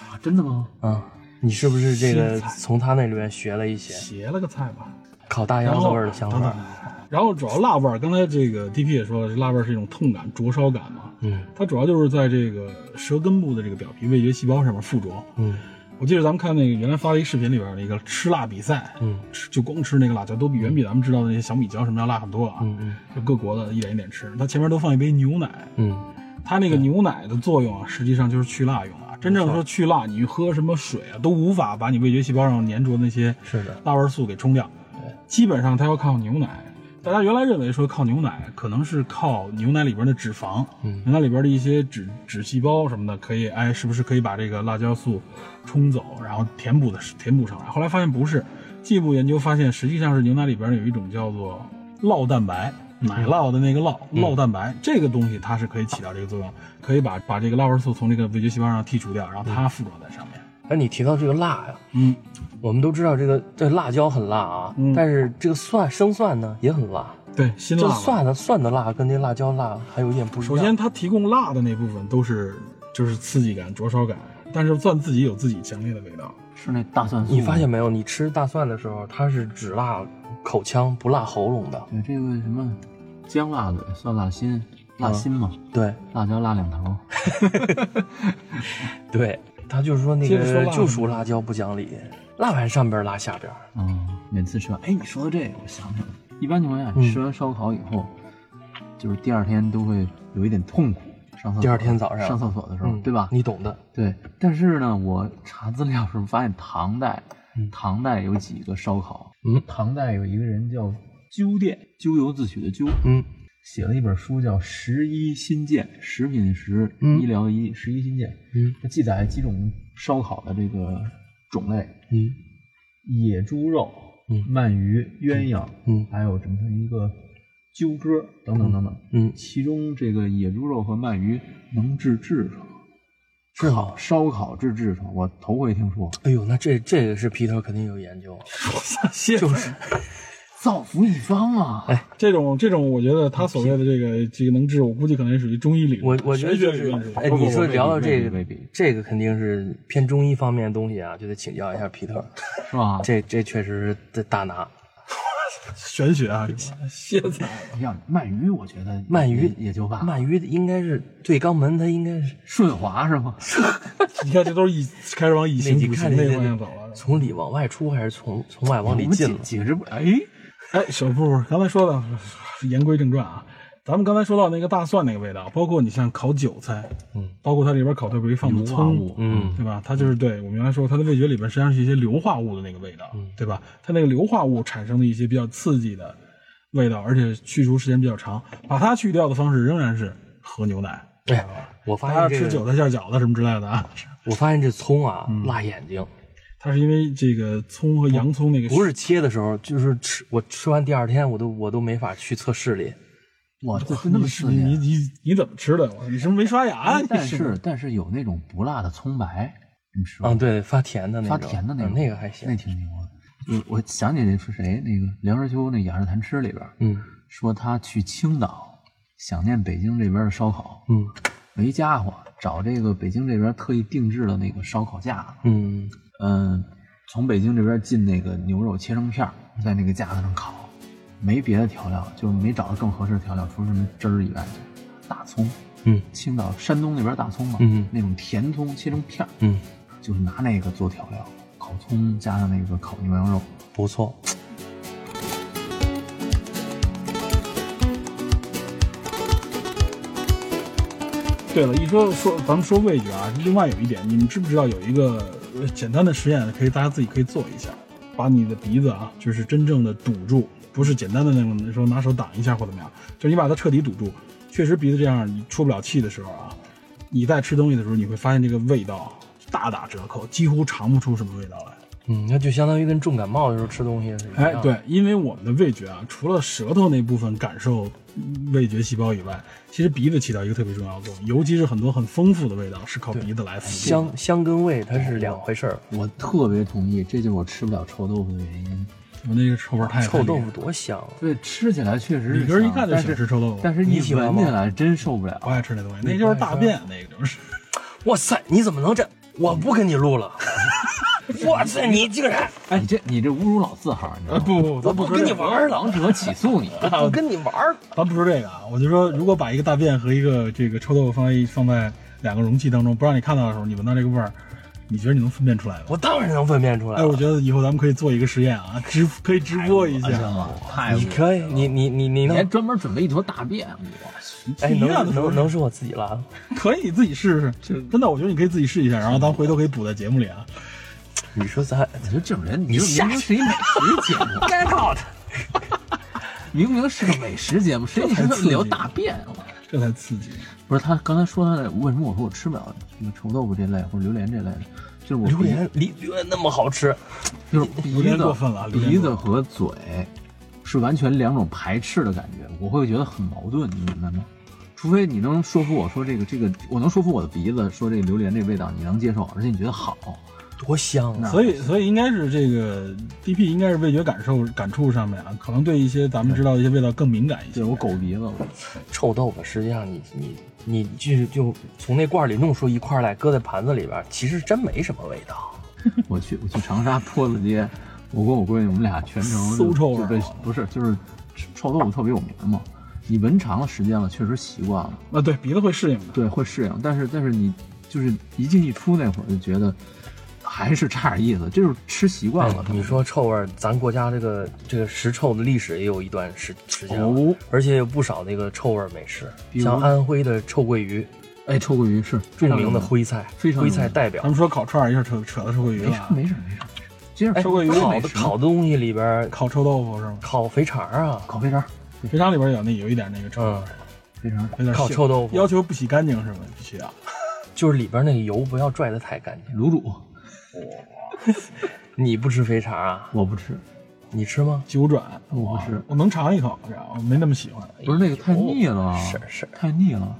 啊真的吗？啊。你是不是这个西餐从他那里面学了一些斜了个菜吧，烤大然腰子后味儿的香等水等？然后主要辣味儿，刚才这个 DP 也说了，辣味儿是一种痛感、灼烧感嘛，嗯它主要就是在这个舌根部的这个表皮味觉细胞上面附着。嗯，我记得咱们看那个原来发了一视频里边儿的一个吃辣比赛，嗯吃就光吃那个辣椒，都比远比咱们知道的那些小米椒什么要辣很多啊。嗯嗯就各国的一点一点吃，它前面都放一杯牛奶，嗯，它那个牛奶的作用啊，实际上就是去辣用的啊。真正说去辣，你喝什么水啊，都无法把你味觉细胞上粘着那些是的，辣味素给冲掉。基本上它要靠牛奶。大家原来认为说靠牛奶，可能是靠牛奶里边的脂肪，嗯牛奶里边的一些脂脂细胞什么的，可以哎，是不是可以把这个辣椒素冲走，然后填补的填补上来？后来发现不是，进一步研究发现，实际上是牛奶里边有一种叫做酪蛋白。奶酪的那个酪酪蛋白、这个东西，它是可以起到这个作用，可以把把这个辣味素从这个味觉细胞上剔除掉，然后它附着在上面。哎，你提到这个辣呀，嗯，我们都知道这个这辣椒很辣啊，嗯但是这个蒜生蒜呢也很辣，对，辛辣这嘛蒜的蒜的辣跟这辣椒辣还有一点不一样。首先，它提供辣的那部分都是就是刺激感、灼烧感，但是蒜自己有自己强烈的味道。 是那大蒜素。你发现没有，你吃大蒜的时候，它是只辣口腔不辣喉咙的。对这个什么姜辣嘴、蒜辣心、辣心嘛，对辣椒辣两头。对，它就是说那接着说个辣就属辣椒不讲理，辣完上边儿辣下边儿。嗯，每次吃完，哎，你说到这个，我想起来了，一般情况下，你吃完烧烤以后，就是第二天都会有一点痛苦。上厕所第二天早上嗯上厕所的时候，对吧？你懂的。对，但是呢，我查资料的时候发现唐代，唐代有几个烧烤，嗯唐代有一个人叫鸠店，咎由自取的鸠，嗯写了一本书叫《十医新鉴》，食品的食，嗯医疗的医，十医新鉴，嗯它记载几种烧烤的这个种类，嗯野猪肉、嗯鳗鱼、鸳鸯，嗯还有整么一个鸠鸽等等等等。嗯，其中这个野猪肉和鳗鱼能治痔疮，是吗？烧烤治痔疮，我头回听说。哎呦，那这这个是皮特肯定有研究。啊谢就是造福一方啊！哎，这种这种，我觉得他所谓的这个这个能治，我估计可能也属于中医理论，我我觉得就玄学是理论，吧哎，你说未必聊到未这必个未必，这个肯定是偏中医方面的东西啊，就得请教一下皮特。是吧？这这确实得大拿。玄学 啊， 歇菜。哎呀，鳗鱼我觉得鳗鱼也也就罢，鳗鱼应该是对肛门，它应该是顺滑是吗？你看，这都是以开始往以那形你补看形那这个方向走了。从里往外出还是从从外往里我们进解了？解释不哎， 哎，小布，刚才说的，言归正传啊，咱们刚才说到那个大蒜那个味道，包括你像烤韭菜，嗯，包括它里边烤特别放的硫化葱，物，嗯对吧？它就是对我们原来说，它的味觉里边实际上是一些硫化物的那个味道，嗯对吧？它那个硫化物产生的一些比较刺激的味道，而且去除时间比较长，把它去掉的方式仍然是喝牛奶，哎，我发啊大家现这吃个韭菜馅儿饺子什么之类的啊。我发现这葱啊，嗯辣眼睛，它是因为这个葱和洋葱那个不是切的时候，就是吃我吃完第二天，我都我都没法去测视力。哇，这这那么刺你激你啊！你你怎么吃的？我你是不是没刷牙？哎啊你但是但是有那种不辣的葱白，你吃过哦啊，对，发甜的那发种，甜的那嗯种，那个还行那。挺牛的。我我想起那是谁，那个梁实秋那《雅士谈吃》里边嗯说他去青岛，想念北京这边的烧烤，嗯没家伙，找这个北京这边特意定制的那个烧烤架子，嗯，嗯，从北京这边进那个牛肉切成片儿，在那个架子上烤，没别的调料，就是没找到更合适的调料，除了什么汁儿以外，就大葱，嗯，青岛山东那边大葱嘛，嗯那种甜葱切成片儿，嗯，就是拿那个做调料，烤葱加上那个烤牛羊肉，不错。对了，一说说咱们说味觉啊，另外有一点，你们知不知道有一个呃简单的实验，可以大家自己可以做一下，把你的鼻子啊，就是真正的堵住，不是简单的那种说拿手挡一下或怎么样，就是你把它彻底堵住，确实鼻子这样你出不了气的时候啊，你在吃东西的时候，你会发现这个味道大打折扣，几乎尝不出什么味道来。嗯，那就相当于跟重感冒的时候吃东西是一样。哎，，对，因为我们的味觉啊，除了舌头那部分感受嗯味觉细胞以外，其实鼻子起到一个特别重要的作用，尤其是很多很丰富的味道是靠鼻子来辅助的。香香跟味它是两回事儿。我特别同意，这就是我吃不了臭豆腐的原因。我那个臭味儿太臭豆腐，多香啊！对，吃起来确实是李根儿一香看就但喜欢是吃臭豆腐啊但是你一喜欢闻吗起来真受不了不。爱吃那东西，那就是大便，那个 就是。哇塞，你怎么能这？我不跟你录了。嗯哇塞，你竟然哎，你这你这侮辱老字号，你知道吗？ 啊不，啊咱我不跟你玩儿了，王者起诉你。不跟你玩儿。咱不说这个啊，我就说，如果把一个大便和一个这个臭豆腐放在一放在两个容器当中，不让你看到的时候，你闻到这个味儿，你觉得你能分辨出来吗？我当然能分辨出来哎，我了。觉得以后咱们可以做一个实验啊，直可以直播一哎下。太哎恶你心了可以，你你你你你还能，专门准备一坨大便，我去！哎，去医能院的时候能能是我自己拉的？可以自己试试，真的，我觉得你可以自己试一下，然后咱回头可以补在节目里啊。你说咱 你说这种人，你你说下明明是一美食节目， get out？ 明明是个美食节目，谁你太刺说激聊了大便？啊这才刺激。不是他刚才说他那为什么我说我吃不了什么臭豆腐这类或者榴莲这类的，就是我榴鼻莲榴榴莲那么好吃，就是榴鼻莲子过分了榴莲鼻子过和嘴是完全两种排斥的感觉，我会觉得很矛盾，你明白吗？除非你能说服我说这个这个，我能说服我的鼻子说这个榴莲这味道你能接受，而且你觉得好，多香啊！所以，所以应该是这个 DP 应该是味觉感受感触上面啊，可能对一些咱们知道的一些味道更敏感一些对。我狗鼻 子，我臭豆腐，实际上你你你就是就从那罐里弄出一块来，搁在盘子里边，其实真没什么味道。我去，我去长沙坡子街，我跟我闺女，我们俩全程馊就臭味就儿被不是就是臭豆腐特别有名嘛。你闻长了时间了，确实习惯了，啊，对，鼻子会适应的。对，会适应。但是但是你就是一进一出那会儿就觉得还是差点意思，这就是吃习惯了。哎嗯你说臭味儿，咱国家这个这个食臭的历史也有一段时时间了，哦而且有不少那个臭味儿美食，比如像安徽的臭鳜鱼，哎，臭鳜鱼是著名的徽菜，非常有徽名菜代表咱。们说烤串儿一下扯扯到臭鳜鱼没了事啊，哎没事没事，接着哎，说鳜鱼烤美的食吗烤的东西里边，烤臭豆腐是吗？烤肥肠儿啊，烤肥肠，肥肠里边有那有一点那个臭味嗯儿，，肥肠有点烤腥臭豆腐要求不洗干净是吗？必须啊。就是里边那个油不要拽得太干净。卤煮你不吃肥肠啊？我不吃，你吃吗？九转，我不吃，我能尝一口，然后没那么喜欢。不是那个太腻了，哎是是，太腻了。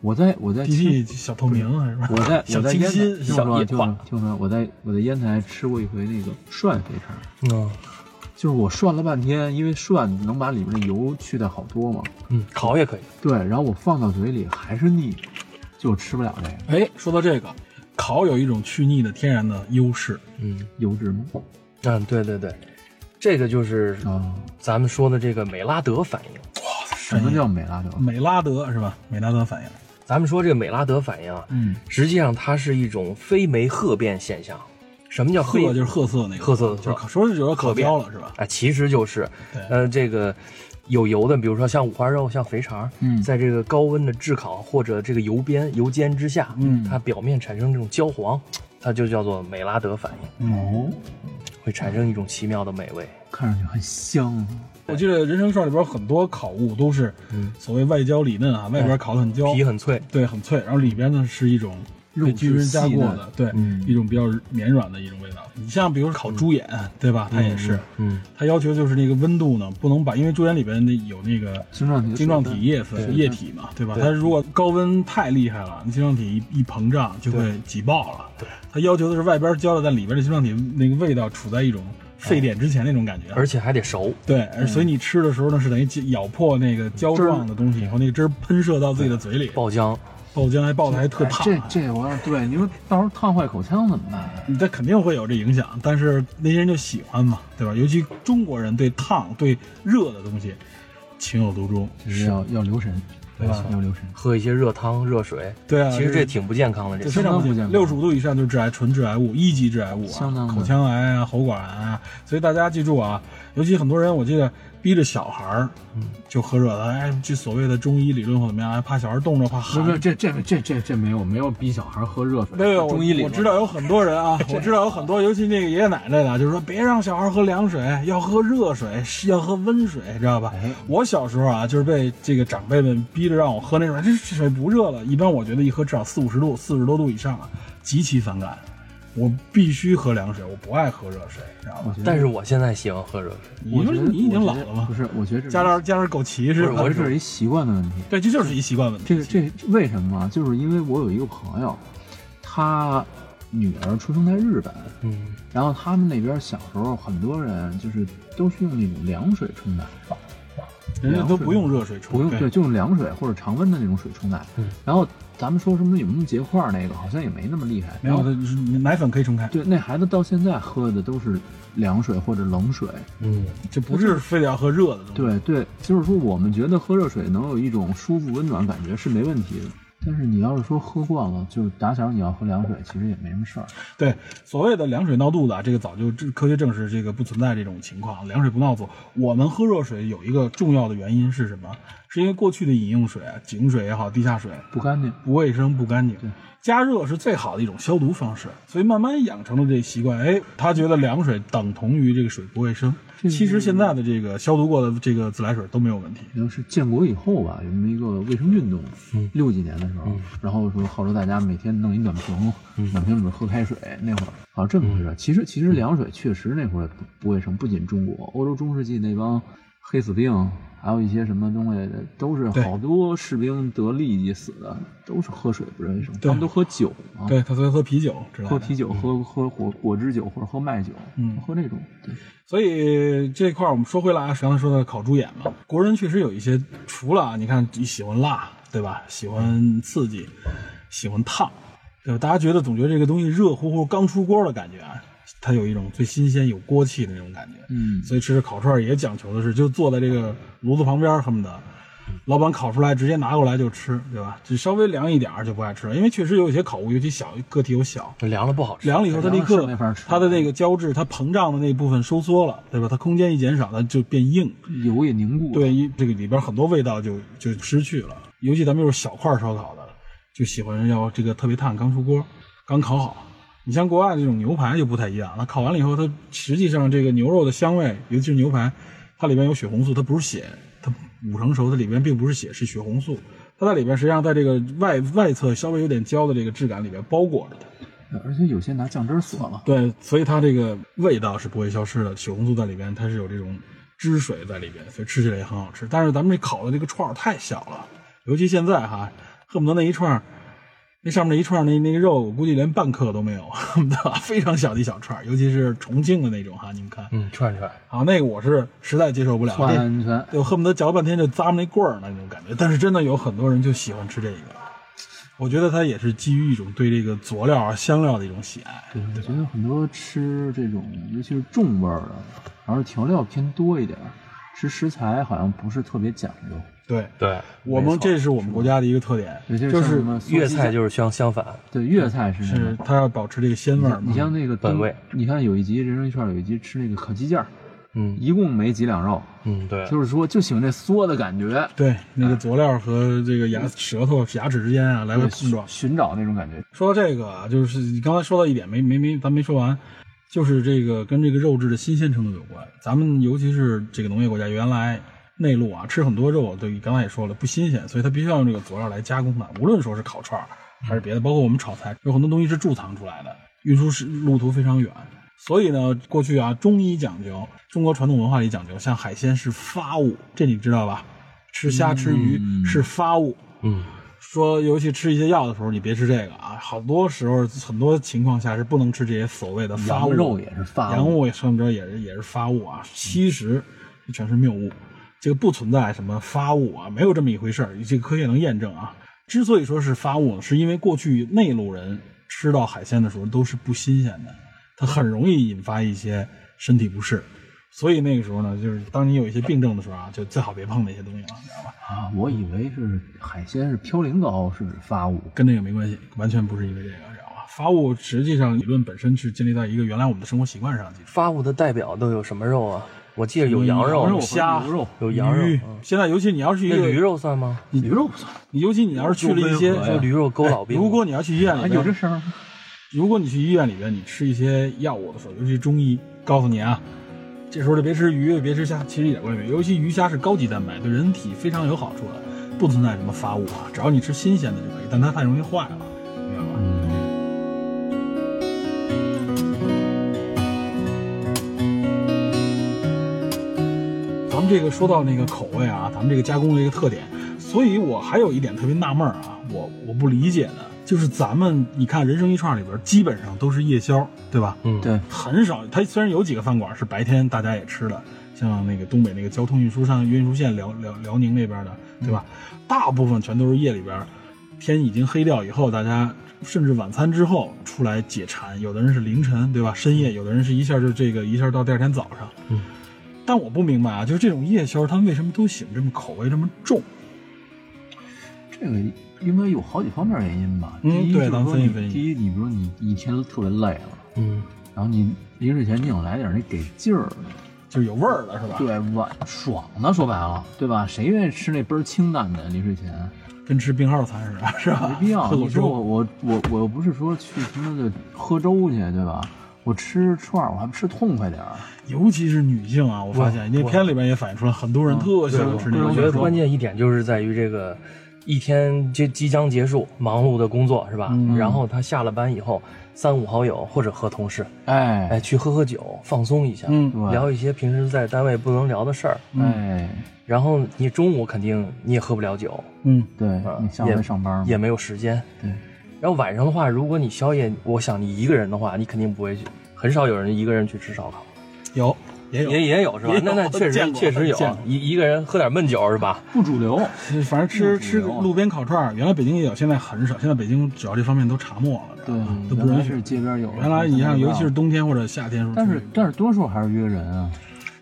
我在我在 DP 小透明啊还是吧？我在我小在清烟新台，小听说野听化说听说，我在我在烟台吃过一回那个涮肥肠，嗯就是我涮了半天，因为涮能把里面的油去掉好多嘛。嗯，烤也可以。对，然后我放到嘴里还是腻，就吃不了这个哎，说到这个，烤有一种去腻的天然的优势，嗯油脂吗？嗯，对对对，这个就是嗯啊，咱们说的这个美拉德反应。什哎么叫美拉德？美拉德是吧？美拉德反应，咱们说这个美拉德反应啊，嗯，实际上它是一种非酶褐变现象。什么叫褐非？就是褐色那个，褐色的褐就是烤说是有点烤焦了是吧？啊，其实就是对，呃，这个有油的，比如说像五花肉、像肥肠，嗯在这个高温的炙烤或者这个油边、油煎之下，嗯它表面产生这种焦黄，它就叫做美拉德反应，哦，会产生一种奇妙的美味。看上去很香啊。我记得人参串里边很多烤物都是嗯所谓外焦里嫩啊，外边烤得很焦，皮很脆，对很脆，然后里边呢是一种被菌肉菌质加过细的嫩，对，嗯一种比较绵软的一种味道。你像比如说烤猪眼，对吧？它也是，嗯，它要求就是那个温度呢不能把，因为猪眼里边那有那个晶状体的水分，晶状体液分对液体嘛，对吧？对它如果高温太厉害了，你晶状体一一膨胀就会挤爆了。对，它要求的是外边焦了，但里边的晶状体那个味道处在一种沸点之前那种感觉。啊而且还得熟。对，而所以你吃的时候呢，是等于咬破那个胶状的东西以后，那个汁儿喷射到自己的嘴里，哦爆浆，爆浆还爆的还特啊哎烫。这这我要对你说，到时候烫坏口腔怎么办？啊你这肯定会有这影响，但是那些人就喜欢嘛，对吧？尤其中国人对烫、对热的东西情有独钟。就是要要留神，对吧？要留神。喝一些热汤、热水。对啊其实这这挺不健康的。这这是非常相当不健康六十五度以上就是致癌，纯致癌物，一级致癌物相当啊，不口腔癌啊，喉管癌啊。所以大家记住啊，尤其很多人，我记得逼着小孩儿嗯就喝热的，哎，这所谓的中医理论或怎么样，哎，怕小孩冻着，怕寒不。是这这这这这没有没有逼小孩喝热水，对，我中医里我知啊道有很多人 啊，我知道有很多，尤其那个爷爷奶奶的，就是说别让小孩喝凉水，要喝热水，是要喝温水，知道吧？哎我小时候啊，就是被这个长辈们逼着让我喝那种，这这水不热了，一般我觉得一喝至少四五十度，四十多度以上啊，极其反感。我必须喝凉水，我不爱喝热水，知道吧？但是我现在喜欢喝热水。你嗯我觉就得你已经老我觉得了嘛不，是，我觉得这加点加点枸杞是不吧我？我觉得这是一习惯的问题。对，这就是一习惯问题。这个这这为什么啊？就是因为我有一个朋友，他女儿出生在日本，嗯，然后他们那边小时候很多人就是都是用那种凉水冲奶，人家都不用热水冲，不用对，就用凉水或者常温的那种水冲奶。嗯然后咱们说什么有没有结块儿那个，好像也没那么厉害。没然有后的就是奶粉可以冲开，嗯对，那孩子到现在喝的都是凉水或者冷水。这不是非得要喝热的东西。对对，就是说我们觉得喝热水能有一种舒服温暖感觉是没问题的，但是你要是说喝惯了，就是打小你要喝凉水，其实也没什么事儿。 对，所谓的凉水闹肚子啊，这个早就这科学证实这个不存在这种情况，凉水不闹肚。我们喝热水有一个重要的原因是什么？是因为过去的饮用水、啊，井水也好，地下水不干净，不卫生、不干净。加热是最好的一种消毒方式，所以慢慢养成了这习惯。哎，他觉得凉水等同于这个水不卫生。这个其实现在的这个消毒过的这个自来水都没有问题。也就是建国以后吧，有这么一个卫生运动，嗯六几年的时候，然后说号召大家每天弄一暖瓶，嗯暖瓶里面喝开水。那会儿好像这么回事儿。其实其实凉水确实那会儿也不不卫生，不仅中国，欧洲中世纪那帮黑死病，还有一些什么东西的，都是对好多士兵得痢疾死的，都是喝水不卫生，对他们都喝酒啊。对他所以喝啤酒之类喝的。啤酒，喝喝果果汁酒或者喝麦酒，嗯喝那种，对，所以这块儿我们说回来啊，刚才说的烤猪眼嘛，国人确实有一些，除了啊你看喜欢辣，对吧？喜欢刺激，喜欢烫，对吧？大家觉得总觉得这个东西热乎乎刚出锅的感觉啊，它有一种最新鲜有锅气的那种感觉。嗯所以吃烤串儿也讲求的是，就坐在这个炉子旁边儿，恨不得老板烤出来直接拿过来就吃，对吧？就稍微凉一点儿就不爱吃了，因为确实有一些烤物，尤其小个体又小，凉了不好吃。凉了以后，它立凉了刻是没法吃它的那个胶质，它膨胀的那部分收缩了，对吧？它空间一减少，它就变硬，油也凝固了，对，一这个里边很多味道就就失去了。尤其咱们又是小块烧烤的，就喜欢要这个特别烫，刚出锅，刚烤好。你像国外这种牛排就不太一样，它烤完了以后，它实际上这个牛肉的香味，尤其是牛排，它里边有血红素，它不是血，它五成熟，它里边并不是血，是血红素，它在里边实际上在这个外外侧稍微有点焦的这个质感里边包裹着它。对，而且有些拿酱汁儿锁了，对，所以它这个味道是不会消失的，血红素在里边，它是有这种汁水在里边，所以吃起来也很好吃。但是咱们这烤的这个串儿太小了，尤其现在哈，恨不得那一串儿，那上面那一串儿那那个肉，我估计连半克都没有， 恨不得非常小的一小串儿，尤其是重庆的那种哈，你们看，嗯，串串。啊，那个我是实在接受不了，错那安全。就恨不得嚼半天就咂巴那棍儿那种感觉。但是真的有很多人就喜欢吃这个，我觉得他也是基于一种对这个佐料啊、香料的一种喜爱。对，我觉得很多吃这种，尤其是重味儿的，然后调料偏多一点儿，吃食材好像不是特别讲究，对，对，我没们错这是我们国家的一个特点，尤其是就像什是么苏粤西菜酱就是相相反，对粤菜是那是种。它要保持这个鲜味儿你嘛。像那个本东味，你看有一集《人生一圈》有一集吃那个烤鸡架儿，嗯一共没几两肉，嗯，对，就是说就喜欢这嗦的感觉，对，那个佐料和这个牙舌头、牙齿之间啊来回啊对碰撞。寻找那种感觉。说到这个啊，就是你刚才说到一点，没没没，咱没说完，就是这个跟这个肉质的新鲜程度有关。咱们尤其是这个农业国家，原来内陆啊吃很多肉，对，你刚才也说了不新鲜，所以它必须要用这个佐料来加工它，无论说是烤串儿啊还是别的，包括我们炒菜，有很多东西是贮藏出来的，运输是路途非常远。所以呢，过去啊，中医讲究，中国传统文化里讲究，像海鲜是发物，这你知道吧？吃虾吃鱼嗯是发物，嗯，说，尤其吃一些药的时候，你别吃这个啊。好多时候，很多情况下是不能吃这些所谓的发羊物，肉也是发羊物也甚至也是也是发物啊。其实这全是谬误，这个不存在什么发物啊，没有这么一回事儿。这个科学能验证啊。之所以说是发物，是因为过去内陆人吃到海鲜的时候都是不新鲜的，它很容易引发一些身体不适。所以那个时候呢，就是当你有一些病症的时候啊，就最好别碰那些东西了，你知道吧？啊，我以为是海鲜是嘌呤高是发物，跟这个没关系，完全不是因为这个，知道吧？啊发物实际上理论本身是建立在一个原来我们的生活习惯上基础。发物的代表都有什么肉啊？我记得有羊有羊肉、肉虾牛肉有羊肉嗯鱼，现在尤其你要去一那个驴，肉算吗？驴肉不算，你尤其你要是去了一些哎就温和说呀驴肉勾老兵，如果你要去医院啊，里有这边，事儿吗？如果你去医院里边，你吃一些药物的时候，尤其中医告诉你啊，这时候就别吃鱼，别吃虾，其实一点关系没有。尤其鱼虾是高级蛋白，对人体非常有好处的，不存在什么发物啊，只要你吃新鲜的就可以，但它太容易坏了，明白吧？咱们这个说到那个口味啊，咱们这个加工的一个特点，所以我还有一点特别纳闷儿啊，我我不理解的就是咱们你看《人生一串》里边基本上都是夜宵，对吧？嗯，对，很少，它虽然有几个饭馆是白天大家也吃的，像那个东北那个交通运输上运输线辽辽辽宁那边的，对吧？大部分全都是夜里边儿，天已经黑掉以后，大家甚至晚餐之后出来解馋，有的人是凌晨，对吧？深夜，有的人是一下就这个一下到第二天早上。嗯，但我不明白啊，就是这种夜宵，他们为什么都喜欢这么口味这么重？这个应该有好几方面原因吧。嗯第一就对是咱说分析你，分析第一，你比如说你一天都特别累了，嗯，然后你临睡前你想来点那给劲儿的，就是有味儿了，是吧？对吧？爽的，说白了，对吧？谁愿意吃那倍儿清淡的临睡前？跟吃病号餐似的， 是吧？没必要。啊喝口你说粥我我我我又不是说去他妈的喝粥去，对吧？我吃串儿，我还不吃痛快点儿。尤其是女性啊，我发现那片里边也反映出来，很多人特喜欢吃那对个。我觉得关键一点就是在于这个一天即即将结束忙碌的工作是吧？然后他下了班以后，三五好友或者和同事，哎，哎去喝喝酒，放松一下，嗯对聊一些平时在单位不能聊的事儿。哎，然后你中午肯定你也喝不了酒，嗯，对啊你下午也还上班吗？也没有时间。对。然后晚上的话，如果你宵夜，我想你一个人的话，你肯定不会去，很少有人一个人去吃烧烤，有也有也也有是吧也？有那那确见实过确实有啊见过，嗯一一个人喝点闷酒是吧？不主流。反正吃嗯吃有啊路边烤串儿，原来北京也有，现在很少。现在北京主要这方面都查没了，知对道吧，都原不来允是许。街边有，原来你像，现在尤不其是让冬天或者夏天时候，但是但是多数还是约人啊。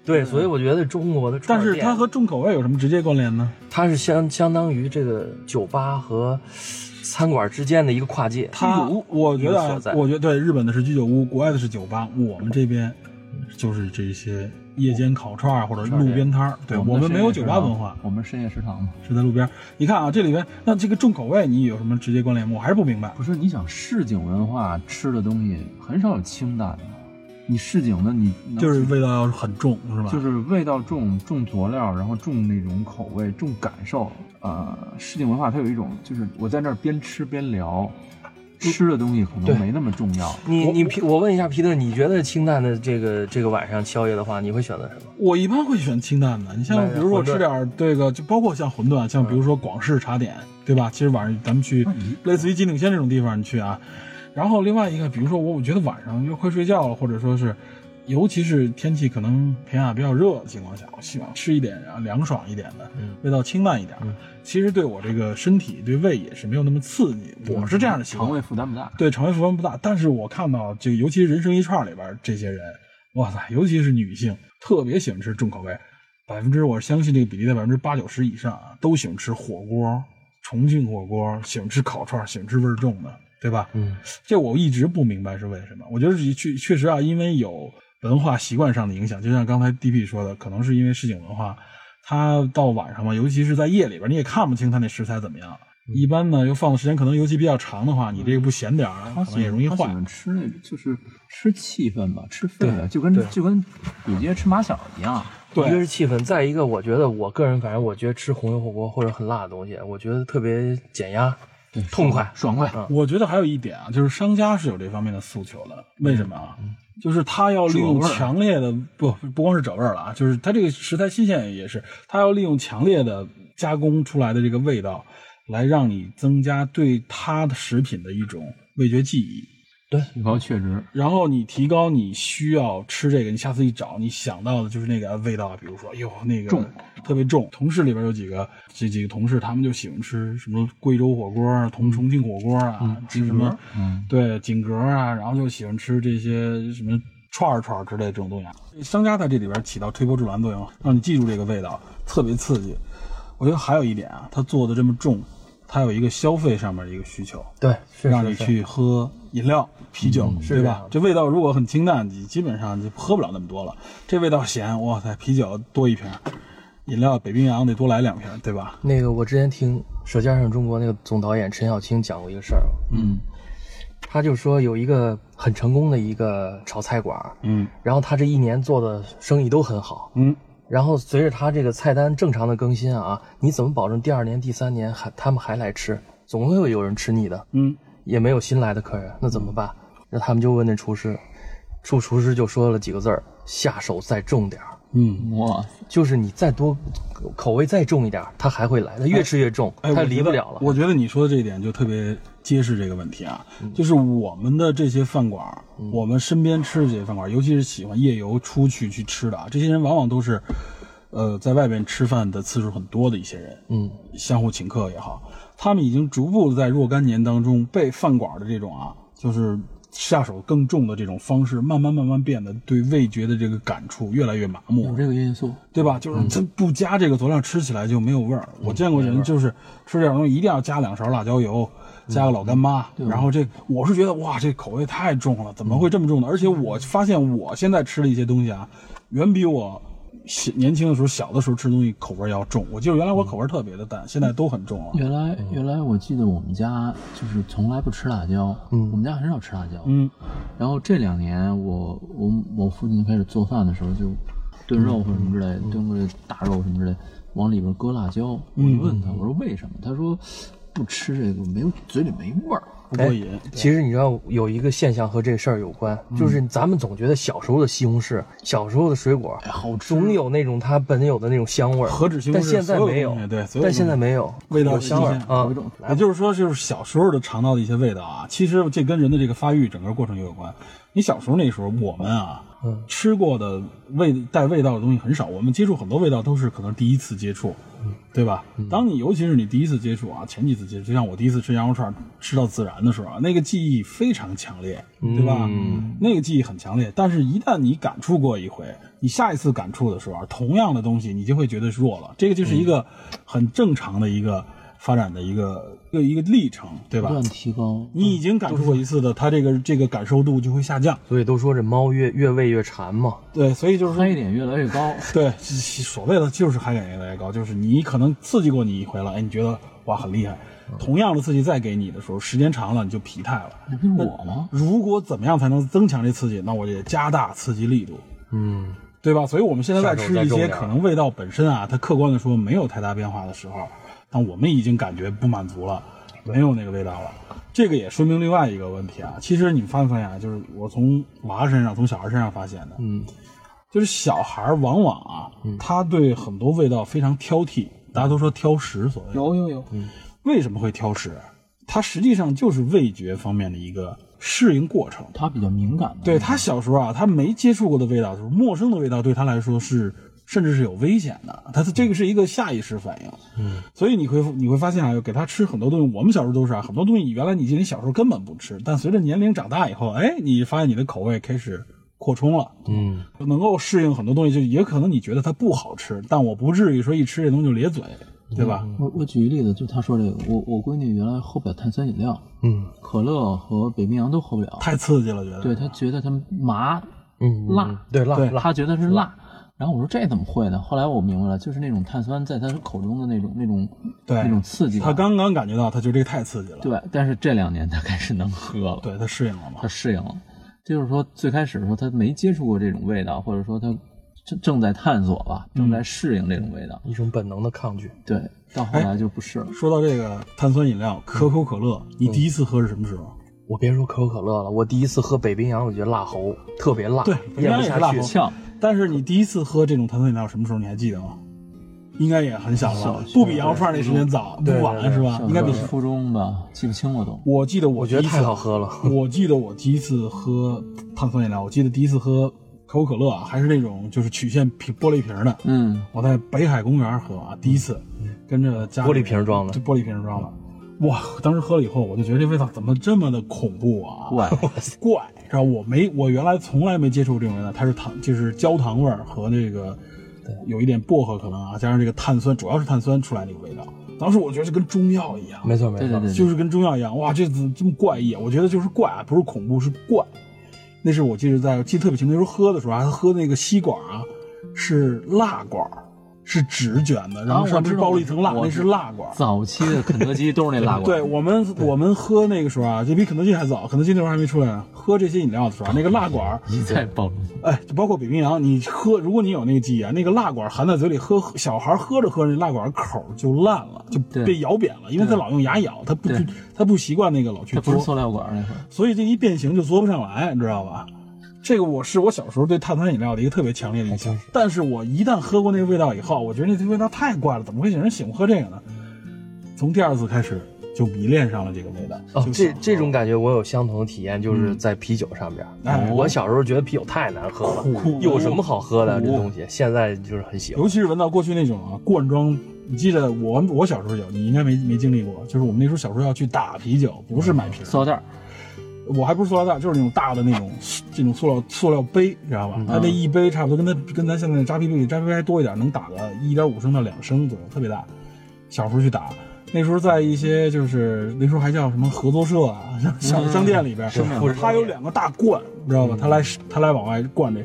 对，所以我觉得中国的但串儿是店它和重口味有什么直接关联呢？它是相相当于这个酒吧和餐馆之间的一个跨界。它我觉得一个所啊在，我觉得对，日本的是居酒屋，国外的是酒吧，我们这边就是这些夜间烤串儿或者路边摊儿。对我的们没有深酒夜吧食堂文化，我们深夜食堂嘛。是在路边儿。你看啊，这里边那这个重口味你有什么直接关联吗？我还是不明白。不是，你想市井文化吃的东西很少有清淡的，你市井的你能就是味道要很重，是吧？就是味道重、重佐料，然后重那种口味、重感受。呃，市井文化它有一种，就是我在那儿边吃边聊，吃的东西可能没那么重要。你你皮，我问一下皮特，你觉得清淡的这个这个晚上宵夜的话，你会选择什么？我一般会选清淡的。你像买比如说我馄饨吃点儿这个，就包括像馄饨，像比如说广式茶点，对吧？其实晚上咱们去类似于金鼎轩这种地方你去啊，然后另外一个，比如说我我觉得晚上又快睡觉了，或者说是。尤其是天气可能平亚比较热的情况下，我希望吃一点啊凉爽一点的，味道清淡一点。其实对我这个身体对胃也是没有那么刺激，我是这样的习惯肠。胃负担不大。对，肠胃负担不大。但是我看到这个，尤其是人生一串里边这些人，哇塞，尤其是女性，特别喜欢吃重口味，百分之我相信这个比例在百分之八九十以上啊，都喜欢吃火锅，重庆火锅，喜欢吃烤串，喜欢吃味儿重的，对吧？嗯，这我一直不明白是为什么。我觉得是确确实啊，因为有文化习惯上的影响，就像刚才 DP 说的，可能是因为市井文化，它到晚上嘛，尤其是在夜里边，你也看不清它那食材怎么样。嗯一般呢，又放的时间可能尤其比较长的话，你这个不咸点儿，他可能也喜容易他喜坏。欢吃那，就是吃气氛吧，吃氛围，就对跟就跟古街吃麻小一样。一个对是气氛，再一个，我觉得我个人反正我觉得吃红油火锅或者很辣的东西，我觉得特别减压，对，痛快爽快。嗯我觉得还有一点啊，就是商家是有这方面的诉求的。为什么啊？就是他要利用褶味儿强烈的不不光是找味儿了啊，就是他这个食材新鲜也是，他要利用强烈的加工出来的这个味道，来让你增加对他的食品的一种味觉记忆，提高确值。然后你提高你需要吃这个，你下次一找，你想到的就是那个味道，比如说，哟，那个重特别重。同事里边有几个这几个同事，他们就喜欢吃什么贵州火锅啊、同重庆火锅啊，吃什么嗯，对，锦格啊，然后就喜欢吃这些什么串儿串儿之类的这种东西啊。商家在这里边起到推波助澜作用，让你记住这个味道，特别刺激。我觉得还有一点啊，它做的这么重，它有一个消费上面的一个需求，对，是嗯让你去喝饮料、啤酒，对这吧样？这味道如果很清淡，你基本上就喝不了那么多了。这味道咸，哇塞，啤酒多一瓶，饮料北冰洋得多来两瓶，对吧？那个我之前听《舌尖上中国》那个总导演陈小青讲过一个事儿，啊嗯，他就说有一个很成功的一个炒菜馆儿，嗯然后他这一年做的生意都很好，嗯，然后随着他这个菜单正常的更新啊，你怎么保证第二年、第三年还他们还来吃？总会有人吃腻的，嗯，也没有新来的客人，那怎么办？那他们就问那厨师，厨厨师就说了几个字儿：下手再重点儿。嗯，哇塞，就是你再多口味再重一点儿，他还会来，他越吃越重，哎，他我离觉不得了了。我觉得你说的这一点就特别揭示这个问题啊，嗯就是我们的这些饭馆儿，我们身边吃的这些饭馆儿，尤其是喜欢夜游出去去吃的啊，这些人往往都是，呃，在外边吃饭的次数很多的一些人，嗯，相互请客也好，他们已经逐步在若干年当中被饭馆的这种啊，就是下手更重的这种方式，慢慢慢慢变得对味觉的这个感触越来越麻木了。有这个因素，对吧？就是咱不加这个佐料，吃起来就嗯没有味儿。嗯我见过人就是吃这点东西一定要加两勺辣椒油，加个老干妈。然后这我是觉得哇，这口味太重了，怎么会这么重呢？而且我发现我现在吃的一些东西啊，远比我小年轻的时候、小的时候吃东西口味要重。我记得原来我口味特别的淡，现在都很重了。原来原来我记得我们家就是从来不吃辣椒，嗯，我们家很少吃辣椒，嗯，然后这两年我我我父亲开始做饭的时候就炖肉或者什么之类，炖个大肉什么之类，往里边搁辣椒，我就问他，我说为什么？他说不吃这个没有嘴里没味儿，不过瘾，其实你知道有一个现象和这事儿有关，嗯就是咱们总觉得小时候的西红柿、小时候的水果，好吃总有那种它本有的那种香味儿。哎何止西红但柿现在所有没东西对所但有东现西在没有味道有新香味儿鲜啊有一。种也就是说，就是小时候的尝到的一些味道啊，其实这跟人的这个发育整个过程也有关。你小时候那时候，我们啊，嗯吃过的味带味道的东西很少，我们接触很多味道都是可能第一次接触，嗯对吧？当你尤其是你第一次接触啊，前几次接触，就像我第一次吃羊肉串吃到孜然的时候啊，那个记忆非常强烈，嗯对吧？那个记忆很强烈，但是一旦你感触过一回，你下一次感触的时候啊，同样的东西你就会觉得弱了，这个就是一个嗯很正常的一个。发展的一个一个一个历程，对吧不？断提高。你已经感受过一次的，它这个这个感受度就会下降。所以都说这猫越越喂越馋嘛。对，所以就是说，黑点越来越高，对，所谓的就是嗨感越来越高，就是你可能刺激过你一回了，哎，你觉得哇很厉害，嗯同样的刺激再给你的时候，时间长了你就疲态了。那不是我吗？如果怎么样才能增强这刺激，那我得加大刺激力度，嗯，对吧？所以我们现在下在手吃再一重些点可能味道本身啊，它客观的说没有太大变化的时候，但我们已经感觉不满足了，没有那个味道了。这个也说明另外一个问题啊，其实你发没发现啊，就是我从娃身上，从小孩身上发现的，嗯，就是小孩往往啊，嗯他对很多味道非常挑剔，大家都说挑食，所谓嗯有有有，为什么会挑食？它实际上就是味觉方面的一个适应过程。 他比较敏感的，对他小时候啊，他没接触过的味道，就是陌生的味道，对他来说是甚至是有危险的。他的这个是一个下意识反应，嗯，所以你会你会发现啊，给他吃很多东西，我们小时候都是啊，很多东西原来你你小时候根本不吃，但随着年龄长大以后，哎，你发现你的口味开始扩充了，嗯，能够适应很多东西，就也可能你觉得它不好吃，但我不至于说一吃这东西就咧嘴，对吧？我我举一例子，就他说这个，我我闺女原来喝不了碳酸饮料，嗯，可乐和北冰洋都喝不了，太刺激了，觉得对她觉得她麻，嗯，辣，对辣对辣，她觉得是辣。然后我说这怎么会呢？后来我明白了，就是那种碳酸在她口中的那种那种对那种刺激感。他刚刚感觉到，他就这个太刺激了，对，但是这两年她开始能喝了，对他适应了嘛她，适应了。就是说最开始的时候她没接触过这种味道，或者说她正正在探索吧，嗯正在适应这种味道。一种本能的抗拒。对，到后来就不是了。说到这个碳酸饮料，可口可乐，嗯你第一次喝是什么时候？我别说可口可乐了，我第一次喝北冰洋，我觉得辣喉，特别辣，对咽不下原来也去是。呛，但是你第一次喝这种碳酸饮料什么时候？你还记得吗？应该也很小了吧小，学不比羊肉串那时间早，不对晚是吧？应该比。初中吧，记不清了都。我记得我我第觉一得次太好喝了。我记得我第一次喝碳酸饮料，我记得第一次喝可口可乐啊，还是那种就是曲线瓶玻璃瓶的。嗯，我在北海公园喝啊，第一次跟着家嗯里玻璃瓶装的对玻璃瓶装的。哇！当时喝了以后，我就觉得这味道怎么这么的恐怖啊！ 怪，怪，知道我没我原来从来没接触过这种味道，它是糖就是焦糖味儿和那个有一点薄荷可能啊，加上这个碳酸，主要是碳酸出来那个味道。当时我觉得这跟中药一样，没错没对对错，对，就是跟中药一样，哇，这怎么这么怪异啊？我觉得就是怪，不是恐怖，是怪。那是我记得在记得特别清，那时候喝的时候啊，喝那个吸管啊，是蜡管儿，是纸卷的，然啊后我上知面道包了我一知层蜡，我那知是蜡管儿。早期的肯德基都是 那辣对罐，我们，我们喝那个时候啊，就比肯德基还早，肯德基那时候还没出来呢。喝这些饮料的时候啊，那个蜡管儿，你再暴露。哎，就包括北冰洋，你喝，如果你有那个记忆啊，那个蜡管含在嘴里喝，小孩喝着喝着，那蜡管口儿就烂了，就对被咬扁了，因为他老用牙咬，他不对他不习惯那个老去它不是塑嘬，料管那会儿，所以这一变形就嘬不上来，你知道吧？这个我是我小时候对碳酸饮料的一个特别强烈的印象，但是我一旦喝过那个味道以后，我觉得那味道太怪了，怎么会有人喜欢喝这个呢？从第二次开始就迷恋上了这个味道。哦就，这想喝这种感觉我有相同的体验，就是在啤酒上边。嗯哎我小时候觉得啤酒太难喝了，有什么好喝的这东西？现在就是很喜欢尤。其是闻到过去那种啊罐装，你记得我我小时候有，你应该没没经历过，就是我们那时候小时候要去打啤酒，不是买瓶儿，塑料袋儿，我还不是塑料袋，就是那种大的那种这种塑料塑料杯，知道吧？它那一杯差不多跟它跟咱现在的扎啤比，扎啤杯还多一点，能打个一点五升到两升左右，特别大。小时候去打，那时候在一些就是那时候还叫什么合作社啊，像小商店里边，或者它有两个大罐，你知道吧？它来它来往外灌这，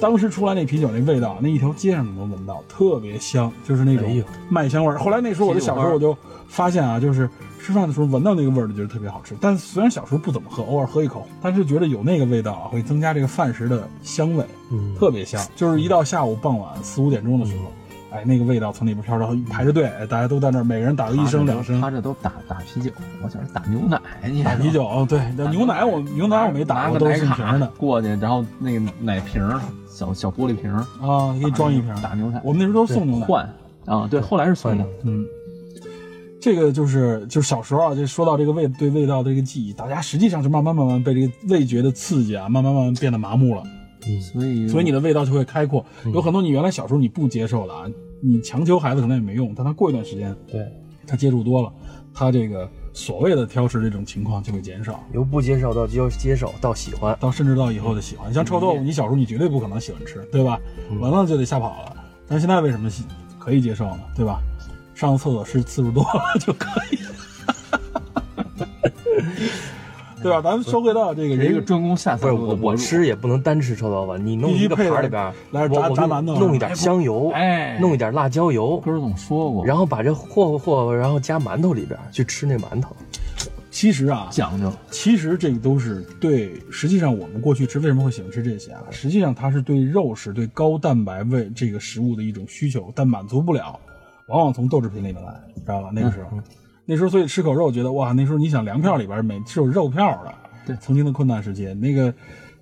当时出来那啤酒那味道，那一条街上你能闻到，特别香，就是那哎种呦麦香味儿。后来那时候我就小时候我就发现啊，就是吃饭的时候闻到那个味儿就觉得特别好吃。但虽然小时候不怎么喝，偶尔喝一口，但是觉得有那个味道啊，会增加这个饭食的香味，嗯特别香。就是一到下午傍晚四五点钟的时候。哎，那个味道从里边飘着，然后排着队，哎大家都在那儿，每个人打个一升两升他，这都打打啤酒，我想打牛奶，你打啤酒。哦对，那牛奶我牛奶我没打，拿我个都奶是进瓶卡儿的过去，然后那个奶瓶儿小小玻璃瓶儿啊，给你装一瓶儿。打牛奶我们那时候都送牛奶。换啊，对，后来是酸的，嗯，这个就是就是小时候啊，这说到这个味对味道的这个记忆，大家实际上是慢慢慢慢被这个味觉的刺激啊，慢慢慢慢变得麻木了，所以所以你的味道就会开阔。有很多你原来小时候你不接受的啊，你强求孩子可能也没用，但他过一段时间对，他接触多了，他这个所谓的挑食这种情况就会减少。由不接受到接接受到喜欢，到甚至到以后的喜欢，像臭豆腐，你小时候你绝对不可能喜欢吃，对吧？完了就得吓跑了。但现在为什么喜可以接受呢？对吧？上厕所是次数多了 就可以了，对吧？咱们说回到这个是一个人，专攻下不三是路我的我博主吃也不能单吃臭豆腐，你弄必须一个配盘儿点里边儿，来点我炸我炸馒头啊弄一点香油，哎弄一点辣椒油，哥儿总说过，然后把这霍霍霍霍，然后加馒头里边儿去吃那馒头。其实啊，讲究其实这个都是对，实际上我们过去吃为什么会喜欢吃这些啊？实际上它是对肉食、对高蛋白味这个食物的一种需求，但满足不了，往往从豆制品里面来，知道吧？那个时候，嗯那时候所以吃口肉，觉得哇，那时候你想粮票里边每是有肉票的，对曾经的困难时期，那个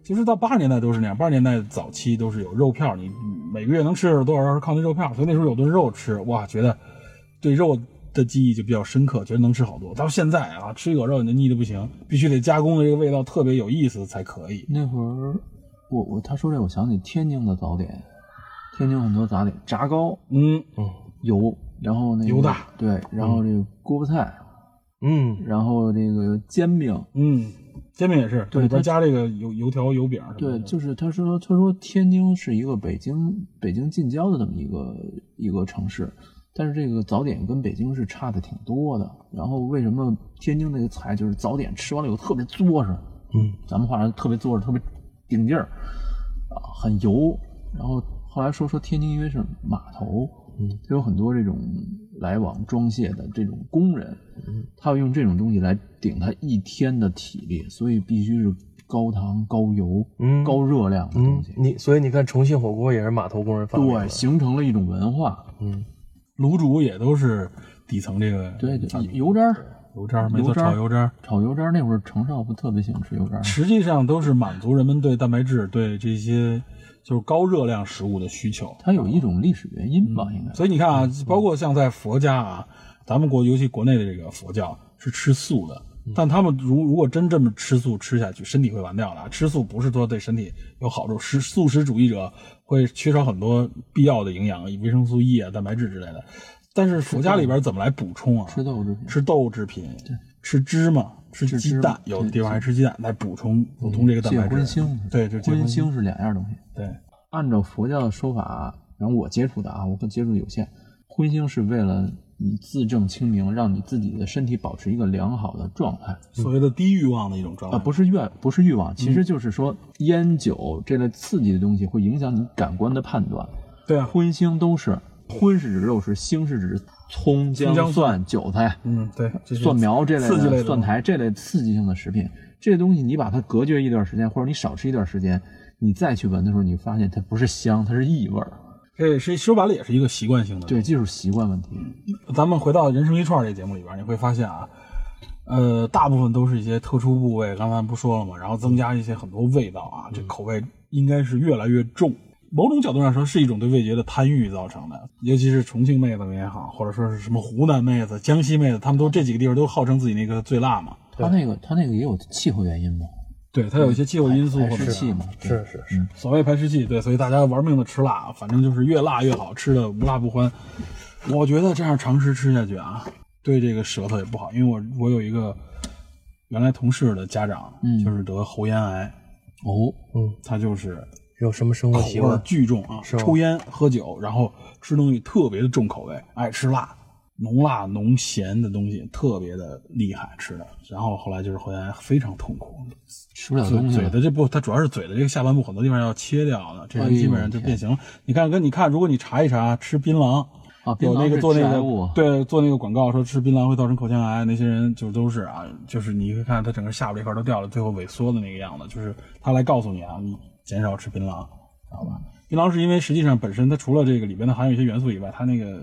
就是到八十年代都是那样，八十年代早期都是有肉票，你每个月能吃多少是靠那肉票，所以那时候有顿肉吃，哇，觉得对肉的记忆就比较深刻，觉得能吃好多。到现在啊，吃一口肉你就腻的不行，必须得加工的这个味道特别有意思才可以。那会儿，我我他说这，我想起天津的早点，天津很多早点，炸糕嗯，油，然后那个油大对，然后这个锅巴菜，嗯，然后这个煎饼，嗯，煎饼也是，对里边它加这个油油条、油饼什么的。对，就是他说他说天津是一个北京北京近郊的这么一个一个城市，但是这个早点跟北京是差的挺多的。然后为什么天津那个菜就是早点吃完了以后特别作实，嗯，咱们话说特别作实，特别顶劲儿，啊，很油。然后后来说说天津因为是码头，嗯，它有很多这种来往装卸的这种工人，他要用这种东西来顶他一天的体力，所以必须是高糖、高油、嗯高热量的东嗯西，。你所以你看重庆火锅也是码头工人发明的对，，形成了一种文化。卤煮也都是底层这个对，对油渣儿油渣，没错，油渣炒油渣。炒油渣儿，那会儿程少不特别喜欢吃油渣儿。实际上都是满足人们对蛋白质、对这些就是高热量食物的需求。它有一种历史原因吧，应该。所以你看啊，包括像在佛家啊，咱们国尤其国内的这个佛教是吃素的，但他们如如果真这么吃素吃下去，身体会完掉的啊。吃素不是说对身体有好处，食素食主义者会缺少很多必要的营养，维生素 E 啊、蛋白质之类的。但是佛家里边怎么来补充啊？吃豆制品，吃豆制品，吃芝麻，吃吃鸡芝麻嗯蛋，有的地方还吃鸡蛋来补充补充这个蛋戒白荤质。腥，对就戒荤荤腥是两样东西。对，按照佛教的说法，然后我接触的啊，我可接触有限，荤腥是为了你自证清明，让你自己的身体保持一个良好的状态。所谓的低欲望的一种状啊，态。不是愿，不是欲望，其实就是说烟酒这类刺激的东西会影响你感官的判断。对啊，荤腥都是，荤是指肉食，腥是指葱、姜、姜蒜、韭菜、嗯，对，这是蒜苗这类刺激类的、的蒜苔这类刺激性的食品。这些东西你把它隔绝一段时间，或者你少吃一段时间，你再去闻的时候，你发现它不是香，它是异味儿。这是说白了也是一个习惯性的。对，就是习惯问题。嗯咱们回到《人生一串》这节目里边，你会发现啊，呃，大部分都是一些特殊部位，刚才不说了吗？然后增加一些很多味道啊，这口味应该是越来越重。某种角度上说，是一种对味觉的贪欲造成的，尤其是重庆妹子们也好，或者说是什么湖南妹子、江西妹子，她们都这几个地方都号称自己那个最辣嘛。它那个它那个也有气候原因嘛，对，它有一些气候因素或者湿气嘛。对是是是，所谓排湿气，对，所以大家玩命的吃辣，反正就是越辣越好，吃的无辣不欢。我觉得这样长时吃下去啊，对这个舌头也不好，因为我我有一个原来同事的家长，嗯就是得喉咽癌，哦，嗯，他就是有什么生活口习味儿惯？巨重啊，是吗抽烟、喝酒，然后吃东西特别的重口味，爱吃辣、浓辣、浓咸的东西，特别的厉害吃的。然后后来就是回来非常痛苦，吃不了嘴东西嘴了，的这部，它主要是嘴的这个下半部很多地方要切掉的，这哎人呦基本上就变形了。你看，跟你看，如果你查一查吃槟榔。啊，槟有榔那个是做那致癌个物，啊对做那个广告说吃槟榔会造成口腔癌，那些人就都是啊，就是你会看他整个下巴这块都掉了，最后萎缩的那个样子，就是他来告诉你啊，你减少吃槟榔，知道吧？槟榔是因为实际上本身它除了这个里边的含有一些元素以外，它那个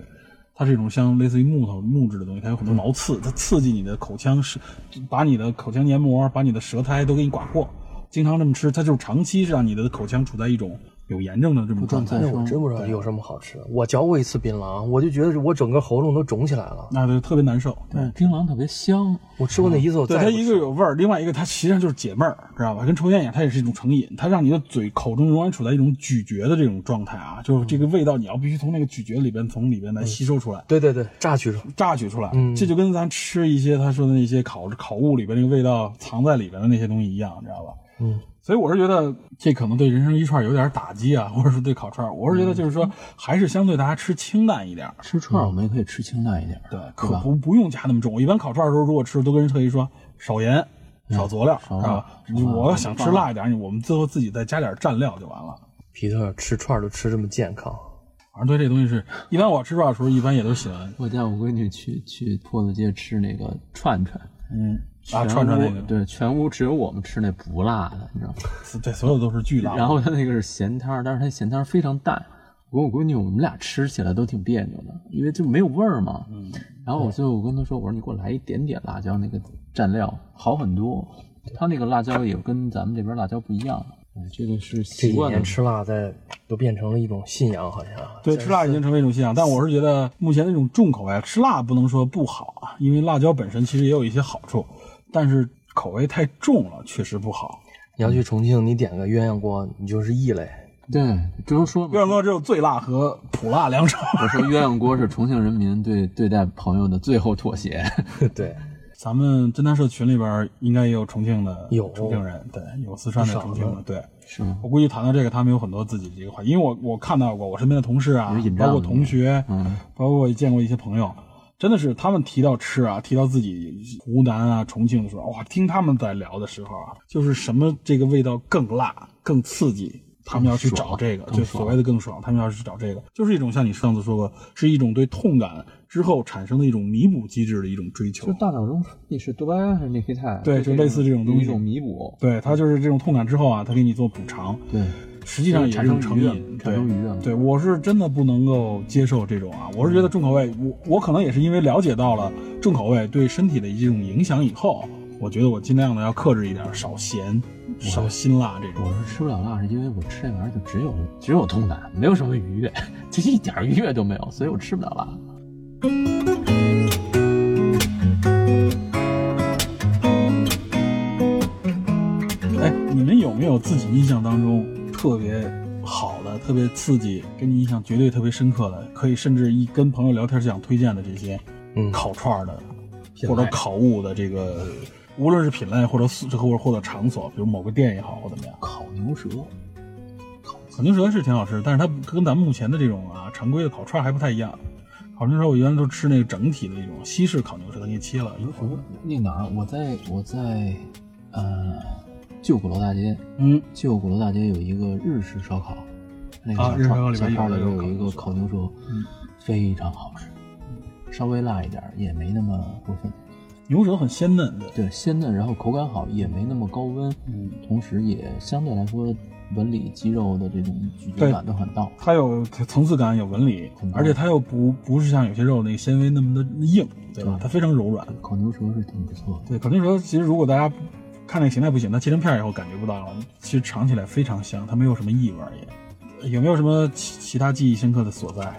它是一种像类似于木头木质的东西，它有很多毛刺，它刺激你的口腔是把你的口腔黏膜、啊把你的舌苔都给你刮破。经常这么吃，它就是长期让你的口腔处在一种有炎症的这么状态。那我真不知道有什么好吃的。我嚼过一次槟榔，我就觉得我整个喉咙都肿起来了。那就特别难受，对嗯，槟榔特别香，我吃过那一次，我对再它也不一吃个了有味儿，另外一个它实际上就是解闷儿，知道吧？跟抽烟一样，它也是一种成瘾，它让你的嘴口中永远处在一种咀嚼的这种状态啊，就是这个味道你要必须从那个咀嚼里边从里边来吸收出来。对对对，榨取出来。榨取出来，嗯这就跟咱吃一些他说的那些烤烤物里边那个味道藏在里边的那些东西一样，你知道吧？嗯，所以我是觉得这可能对人生一串有点打击啊， 或者说对烤串儿，我是觉得就是说还是相对大家吃清淡一点儿，吃串儿我们也可以吃清淡一点，对，可不不用加那么重。我一般烤串的时候，如果吃，都跟人特意说少盐、少佐料，嗯少是吧？你我要想吃辣一点，你我们最后自己再加点蘸料就完了。皮特吃串儿都吃这么健康，反正对这东西是，一般我吃饭的时候，一般也都喜欢，啊我带我闺女去去坡子街吃那个串串，嗯，啊，全串串那屋个，对，全屋只有我们吃那不辣的，你知道吗？对，所有都是巨辣。然后他那个是咸汤儿，但是他咸汤儿非常淡。我跟我闺女，我们俩吃起来都挺别扭的，因为就没有味儿嘛。嗯。然后我就我跟她说，我说你给我来一点点辣椒那个蘸料，好很多。他那个辣椒也跟咱们这边辣椒不一样。哎，这个是这习几惯的年。吃辣在都变成了一种信仰，好像。对，吃辣已经成为一种信仰，但我是觉得目前那种重口味，吃辣不能说不好啊，因为辣椒本身其实也有一些好处，但是口味太重了确实不好。你要去重庆，你点个鸳鸯锅，你就是异类。 对，就是说 鸳嘛，鸯锅只有最辣和普辣两种。 我说鸳鸯锅是重庆人民对对待朋友的最后妥协。 对，咱们侦探社群里边应该也有重庆的，有重庆人，对，有四川的不少嗯重庆的，对。是吗？我估计谈到这个，他们有很多自己的这个话题，因为我我看到过我身边的同事啊有引，战包括的同学，嗯，包括我也见过一些朋友，真的是他们提到吃啊，提到自己湖南啊、重庆的时候，哇，听他们在聊的时候啊，就是什么这个味道更辣、更刺激，他们要去找这个，更就爽所谓的更爽，他们要去找这个，就是一种像你上次说过，是一种对痛感之后产生的一种弥补机制的一种追求就。大脑中你是多巴胺还是内啡肽？啊对就类似这种东西有一种弥补。对，它就是这种痛感之后啊，它给你做补偿，对，实际上也是一种成产生愉瘾，对悦产生愉悦对，我是真的不能够接受这种啊，我是觉得重口味，我我可能也是因为了解到了重口味对身体的一种影响以后，我觉得我尽量的要克制一点，少咸、少辛辣这我种。是吃不了辣，是因为我吃这玩意儿就只有只有痛感，没有什么愉悦，这一点儿愉悦都没有，所以我吃不了辣。哎，你们有没有自己印象当中特别好的、特别刺激、给你印象绝对特别深刻的，可以甚至一跟朋友聊天就想推荐的这些嗯，烤串儿的品或类者烤物的这个，无论是品类或者素或者或者场所，比如某个店也好或怎么样。烤牛舌，烤牛舌是挺好吃，但是它跟咱们目前的这种啊常规的烤串还不太一样。烤牛舌我原来都吃那个整体的一种西式烤牛舌，给你切了。我那哪儿？我在我在呃旧鼓楼大街，嗯，旧鼓楼大街有一个日式烧烤，那个啊小日式烧烤串里小边串有里有边有烤一牛个舌烤牛舌，非常好吃，稍微辣一点儿也没那么过分，牛舌很鲜嫩的，对，鲜嫩，然后口感好，也没那么高温，嗯，同时也相对来说纹理肌肉的这种咀对嚼感都很到。它有层次感，有纹理，而且它又不不是像有些肉那个纤维那么的硬，对吧？对它非常柔软。烤牛舌是挺不错的。对，烤牛舌其实如果大家看那个形态不行，它切成片儿以后感觉不到了，其实尝起来非常香，它没有什么异味儿也。有没有什么其其他记忆深刻的所在？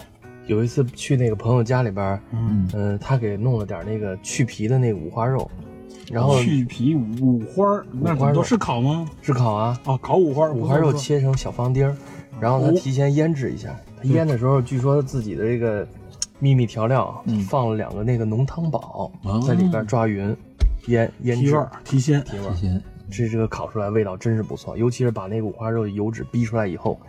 有一次去那个朋友家里边儿，嗯，嗯、他给弄了点那个去皮的那个五花肉，然后去皮五花儿，那五花很多肉是烤吗？炙烤啊，哦，烤五花儿，五花肉不错切成小方丁儿，然后他提前腌制一下。他腌的时候，据说他自己的这个秘密调料放了两个那个浓汤宝在里边抓匀，腌腌提制味儿、提鲜，哎提味儿，咸，这这个烤出来味道真是不错，尤其是把那个五花肉的油脂逼出来以后，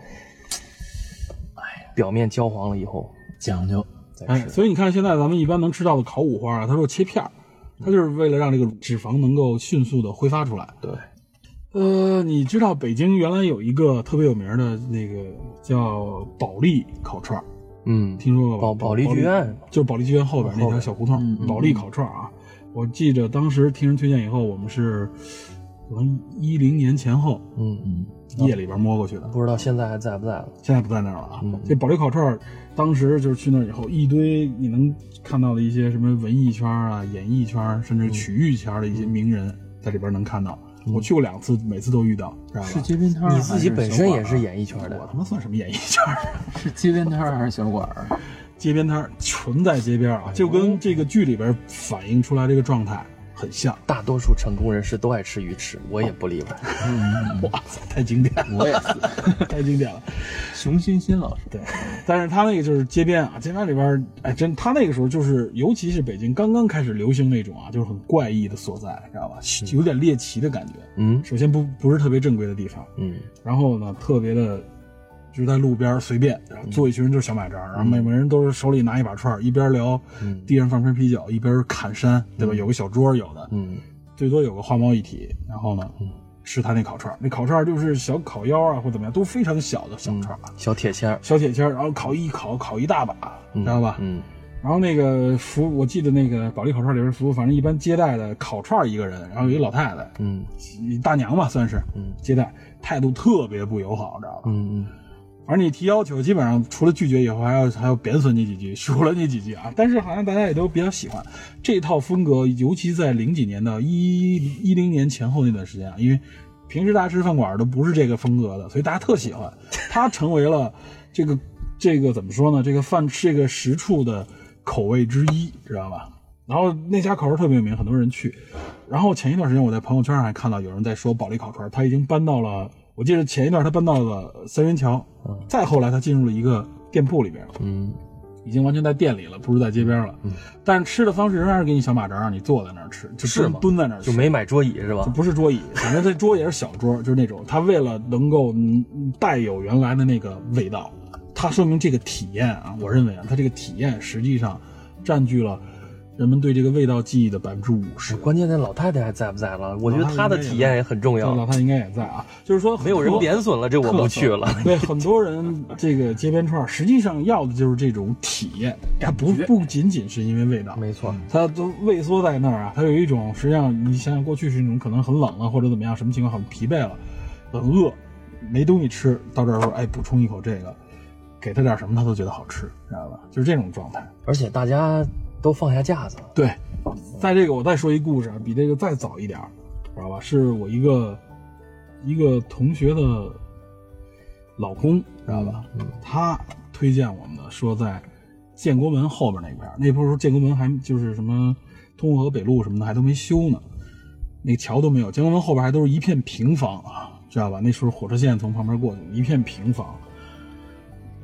哎，表面焦黄了以后讲究。再哎，吃，所以你看现在咱们一般能吃到的烤五花啊，它都是切片儿，它就是为了让这个脂肪能够迅速的挥发出来。对，呃，你知道北京原来有一个特别有名的那个叫保利烤串儿，嗯，听说过吧？保保利剧院就是保利剧院后边那后条边小胡同，嗯嗯保利烤串儿啊。我记着当时听人推荐以后，我们是可能一零年前后嗯，夜里边摸过去的，不知道现在还在不在了，现在不在那儿了啊。嗯这保利烤串儿，当时就是去那儿以后，一堆你能看到的一些什么文艺圈啊、演艺圈，甚嗯至曲艺圈的一些名人，在里边能看到。我去过两次，每次都遇到，知道吧？是街边摊儿，你自己本身也是演，演艺圈我的，他妈算什么演艺圈儿？啊是街边摊儿还是小馆儿？街边摊儿，纯在街边儿啊，就跟这个剧里边反映出来这个状态很像。大多数成功人士都爱吃鱼翅，我也不例外。哇塞，太经典了，我也是， 太经典了。熊欣欣老师。对，但是他那个就是街边啊，街边里边儿，哎，真他那个时候就是，尤其是北京刚刚开始流行那种啊，就是很怪异的所在，知道吧？有点猎奇的感觉。嗯首先不不是特别正规的地方，嗯，然后呢，特别的，就是在路边儿随便，然后坐一群人就是小买张，然后每个人都是手里拿一把串儿，一边聊，嗯地上放瓶啤酒，一边砍山，对吧？有个小桌儿有的，嗯，最多有个花猫一体，然后呢，吃他那烤串儿，那烤串儿就是小烤腰啊或怎么样，都非常小的小串儿，小铁签儿，小铁签儿，然后烤一烤烤一大把，嗯知道吧？嗯然后那个服务，我记得那个保利烤串里边服务，反正一般接待的烤串儿一个人，然后有一老太太，嗯大娘吧算是，嗯接待态度特别不友好，知道吧？嗯反正你提要求，基本上除了拒绝以后，还要还要贬损你几句，数了你几句啊。但是好像大家也都比较喜欢这套风格，尤其在零几年到一一零年前后那段时间啊，因为平时大家吃饭馆都不是这个风格的，所以大家特喜欢。它成为了这个这个怎么说呢？这个饭这个食处的口味之一，知道吧？然后那家烤串特别有名，很多人去。然后前一段时间我在朋友圈上还看到有人在说保利烤串，他已经搬到了，我记得前一段他搬到了三元桥，再后来他进入了一个店铺里边，嗯已经完全在店里了，不是在街边了。但是吃的方式仍然是给你小马扎，让你坐在那儿吃，就是蹲吗蹲在那儿嗯，吃就没买桌椅是吧？不是桌椅，反正这桌也是小桌，就是那种它为了能够嗯带有原来的那个味道，它说明这个体验啊，我认为啊，它这个体验实际上占据了人们对这个味道记忆的百分之五十。关键那老太太还在不在了？我觉得她的体验也很重老要老，太应该也在啊，就是说很多没有人贬损了，这我不去了。啊对，很多人这个街边串儿实际上要的就是这种体验，它不不仅仅是因为味道，没错，它都畏缩在那儿啊，它有一种实际上你想想过去是那种可能很冷了或者怎么样，什么情况很疲惫了，很饿，没东西吃，到这儿说哎补充一口这个，给他点什么他都觉得好吃，知道吧？就是这种状态。而且大家都放下架子了。对，在这个我再说一故事啊，比这个再早一点儿，知道吧？是我一个一个同学的老公，知道吧？嗯他推荐我们的，说在建国门后边那边儿，那不是说建国门还就是什么通河北路什么的还都没修呢，那桥都没有，建国门后边还都是一片平房啊，知道吧？那时候火车线从旁边过去，一片平房。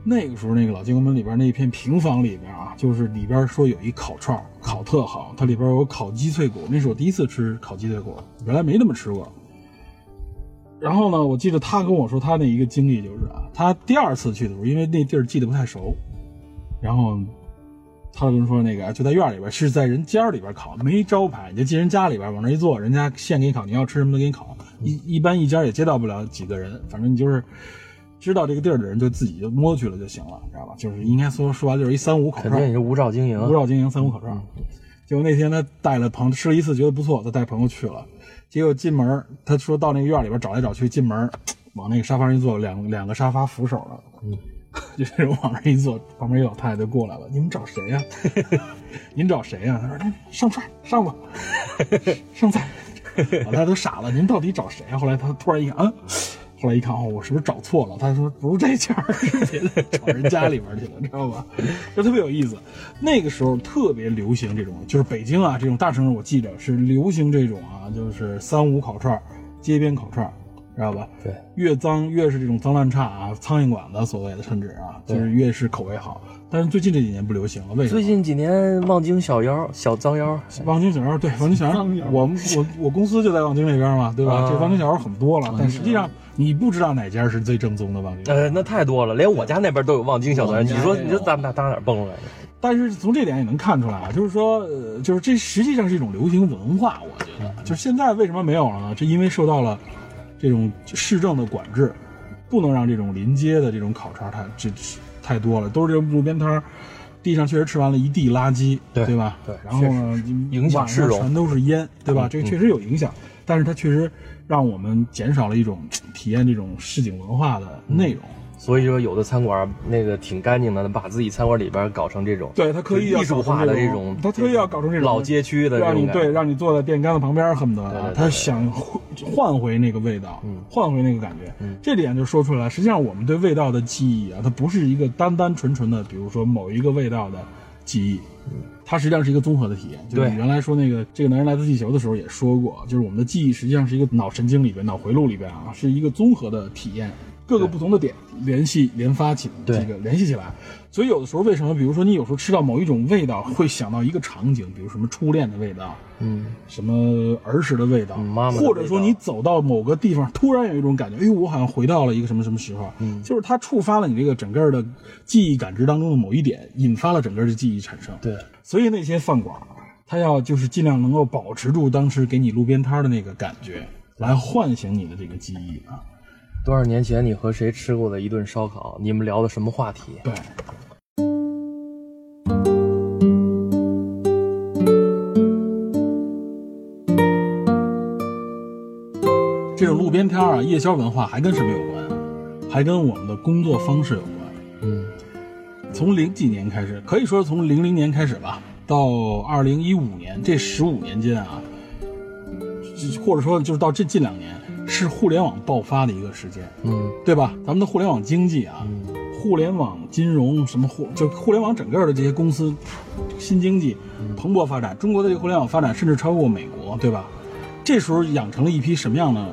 那个时候，那个老建国门里边那一片平房里边啊，就是里边说有一烤串儿烤特好，它里边有烤鸡脆骨，那是我第一次吃烤鸡脆骨，原来没那么吃过。然后呢，我记得他跟我说他那一个经历就是啊，他第二次去的时候，因为那地儿记得不太熟，然后他跟我说那个啊就在院里边，是在人家里边烤，没招牌，你就进人家里边往那一坐，人家现给你烤，你要吃什么都给你烤。嗯一一般一家也接到不了几个人，反正你就是知道这个地儿的人就自己就摸去了就行了，知道吧？就是应该说说白了就是一三五烤肯串定儿也，是无照经营啊无，照经营三五烤串儿。结果那天他带了朋友吃了一次，觉得不错，他带朋友去了。结果进门儿，他说到那个院里边找来找去，进门儿往那个沙发上一坐，两两个沙发扶手了，就是往那一坐，旁边一老太太就过来了，你们找谁呀、 您找谁呀、他说哎上菜上吧， 上菜。 老太太都傻了，您到底找谁啊？后来他突然一看，嗯，后来一看哦，我是不是找错了？他说不是这家儿， 是别的找人家里边儿去了，知道吧？ 就特别有意思。那个时候特别流行这种，就是北京啊这种大城市，我记着是流行这种啊，就是三五烤串儿、街边烤串儿，知道吧？对，越脏越是这种脏乱差啊，苍蝇馆子所谓的，甚至啊，就是越是口味好。但是最近这几年不流行了，为什么？最近几年望京小妖、小脏妖，望京小妖，对望京小妖，我们我我公司就在望京那边嘛，对吧？啊这望京小妖很多了，但实际上你不知道哪家是最正宗的望京小妖。呃，那太多了，连我家那边都有望京小妖。你说，你说咱们俩打哪儿蹦出来的？但是从这点也能看出来啊，就是说，呃，就是这实际上是一种流行文化，我觉得，嗯就是现在为什么没有了呢？这因为受到了这种市政的管制，不能让这种临街的这种烤串太这太多了，都是这种路边摊儿，地上确实吃完了一地垃圾，对吧？对然后呢，影响晚上市容嗯全都是烟，对吧？这个确实有影响，但是它确实让我们减少了一种体验这种市井文化的嗯内容。所以说，有的餐馆那个挺干净的，把自己餐馆里边搞成这种对他刻意要艺术化的这这种他特意要搞成这种老街区的这让种你感对，觉。让你坐在电杆子旁边，恨不得对啊对对他对想换换回那个味道，嗯换回那个感觉。嗯这点就说出来，实际上我们对味道的记忆啊，它不是一个单单纯纯的，比如说某一个味道的记忆，它实际上是一个综合的体验。就是对你原来说那个这个男人来自地球的时候也说过，就是我们的记忆实际上是一个脑神经里边、脑回路里边啊，是一个综合的体验。各个对不同的点联系、联发起对这个联系起来，所以有的时候为什么，比如说你有时候吃到某一种味道，会想到一个场景，比如什么初恋的味道，嗯，什么儿时的味道，嗯妈妈的味道或者说你走到某个地方，突然有一种感觉，哎呦，我好像回到了一个什么什么时候，嗯就是它触发了你这个整个的记忆感知当中的某一点，引发了整个的记忆产生。对，所以那些饭馆，它要就是尽量能够保持住当时给你路边摊的那个感觉，来唤醒你的这个记忆啊。多少年前你和谁吃过的一顿烧烤？你们聊的什么话题？对，这种路边摊儿啊，夜宵文化还跟什么有关？还跟我们的工作方式有关。嗯，从零几年开始，可以说从零零年开始吧，到二零一五年这十五年间啊，这或者说就是到这近两年，是互联网爆发的一个时间。嗯，对吧？咱们的互联网经济啊，嗯互联网金融什么互就互联网整个的这些公司新经济嗯蓬勃发展，中国的这个互联网发展甚至超过美国，对吧？这时候养成了一批什么样的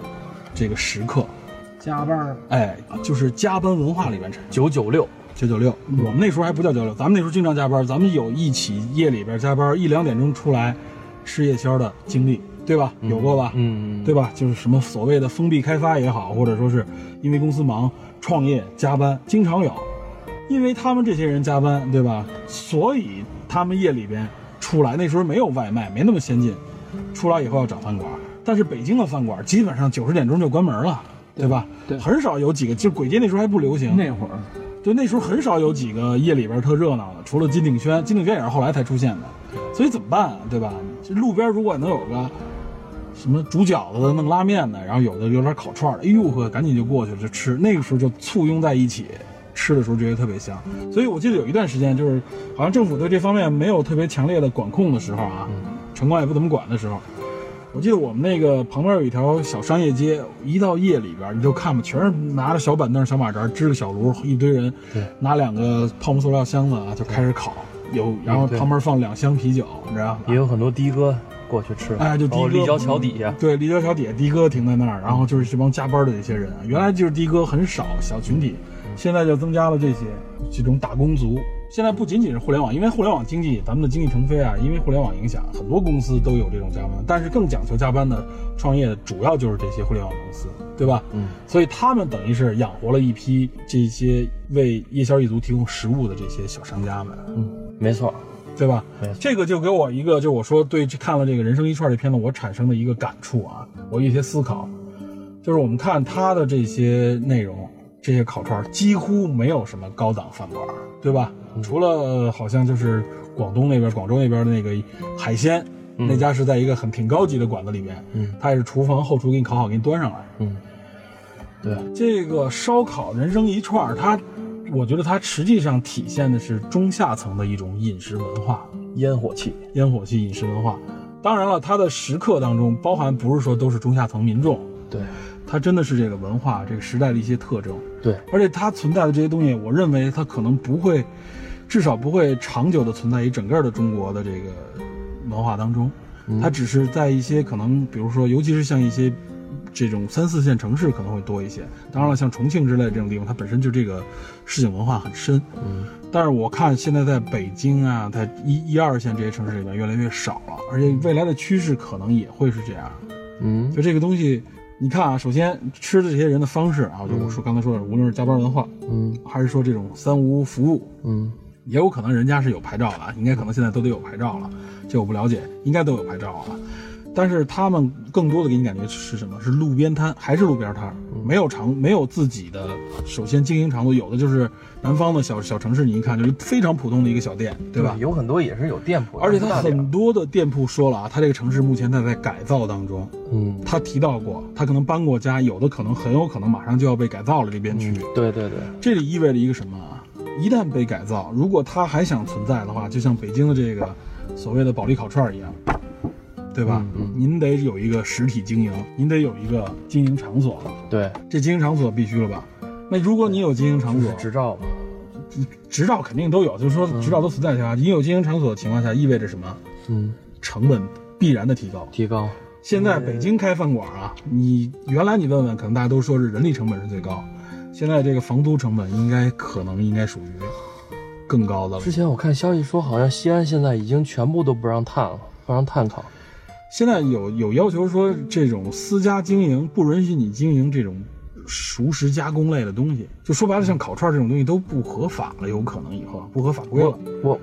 这个食客？加班儿哎，就是加班文化里边产生。九九六，九九六，我们那时候还不叫九六，咱们那时候经常加班，咱们有一起夜里边加班一两点钟出来吃夜宵的经历，对吧？有过吧？嗯，对吧？就是什么所谓的封闭开发也好，或者说是因为公司忙创业加班，经常有。因为他们这些人加班，对吧？所以他们夜里边出来，那时候没有外卖，没那么先进，出来以后要找饭馆。但是北京的饭馆基本上九十点钟就关门了，对吧？对很少有几个，就簋街那时候还不流行，那会儿，对，那时候很少有几个夜里边特热闹的，除了金鼎轩，金鼎轩也是后来才出现的，所以怎么办啊？对吧？这路边如果能有个什么煮饺子的、弄拉面的，然后有的有点烤串儿的，哎呦呵，赶紧就过去就吃。那个时候就簇拥在一起吃的时候，觉得特别香。所以我记得有一段时间，就是好像政府对这方面没有特别强烈的管控的时候啊，嗯城管也不怎么管的时候，我记得我们那个旁边有一条小商业街，一到夜里边，你就看吧，全是拿着小板凳、小马扎，支个小炉，一堆人对，嗯拿两个泡沫塑料箱子啊，就开始烤。有，然后对旁边放两箱啤酒，你知道也吗？有很多的哥过去吃，哎就的包哥括立交桥底下，对，立交桥底下的哥停在那儿，然后就是这帮加班的这些人啊，原来就是的哥很少小群体，现在就增加了这些这种打工族。现在不仅仅是互联网，因为互联网经济，咱们的经济腾飞啊，因为互联网影响，很多公司都有这种加班，但是更讲求加班的创业，主要就是这些互联网公司，对吧？嗯，所以他们等于是养活了一批这些为夜宵一族提供食物的这些小商家们。嗯，没错，对吧没错？这个就给我一个，就我说对这看了这个《人生一串》这片子，我产生的一个感触啊，我有一些思考，就是我们看他的这些内容，这些烤串儿几乎没有什么高档饭馆儿，对吧？嗯除了呃好像就是广东那边、广州那边的那个海鲜。那家是在一个很挺高级的馆子里面，嗯，它也是厨房后厨给你烤好，给你端上来。嗯，对，这个烧烤人生一串儿，它，我觉得它实际上体现的是中下层的一种饮食文化。烟火气，烟火气饮食文化。当然了，它的食客当中包含不是说都是中下层民众，对，它真的是这个文化这个时代的一些特征。对，而且它存在的这些东西，我认为它可能不会，至少不会长久的存在于整个的中国的这个嗯文化当中。它只是在一些可能，比如说，尤其是像一些这种三四线城市可能会多一些。当然了，像重庆之类这种地方，它本身就这个市井文化很深。嗯，但是我看现在在北京啊，在一一二线这些城市里面越来越少了，而且未来的趋势可能也会是这样。嗯就这个东西，你看啊，首先吃的这些人的方式啊，我就嗯我说刚才说的，无论是加班文化，嗯还是说这种三无服务，嗯也有可能人家是有牌照的啊，应该可能现在都得有牌照了，这我不了解，应该都有牌照了。但是他们更多的给你感觉是什么？是路边摊，还是路边摊？嗯没有长，没有自己的，首先经营长度，有的就是南方的小小城市，你一看就是非常普通的一个小店，对吧？有很多也是有店铺的，而且不嗯它大点儿很多的店铺说了啊，它这个城市目前在在改造当中，嗯，他提到过，他可能搬过家，有的可能很有可能马上就要被改造了这边区。嗯对对对，这里意味着一个什么啊？一旦被改造，如果它还想存在的话，就像北京的这个所谓的保利烤串儿一样，对吧？您得有一个实体经营，您得有一个经营场所，对，这经营场所必须了吧？那如果你有经营场所，执照嘛，执照肯定都有，就是说执照都存在的情况下，你有经营场所的情况下，意味着什么？嗯，成本必然的提高。提高，现在北京开饭馆啊，你原来你问问，可能大家都说是人力成本是最高，现在这个房租成本应该可能应该属于更高的了之。前我看消息说，好像西安现在已经全部都不让碳了，不让碳烤。现在有有要求说，这种私家经营不允许你经营这种熟食加工类的东西，就说白了，像烤串这种东西都不合法了，有可能以后不合法规了。我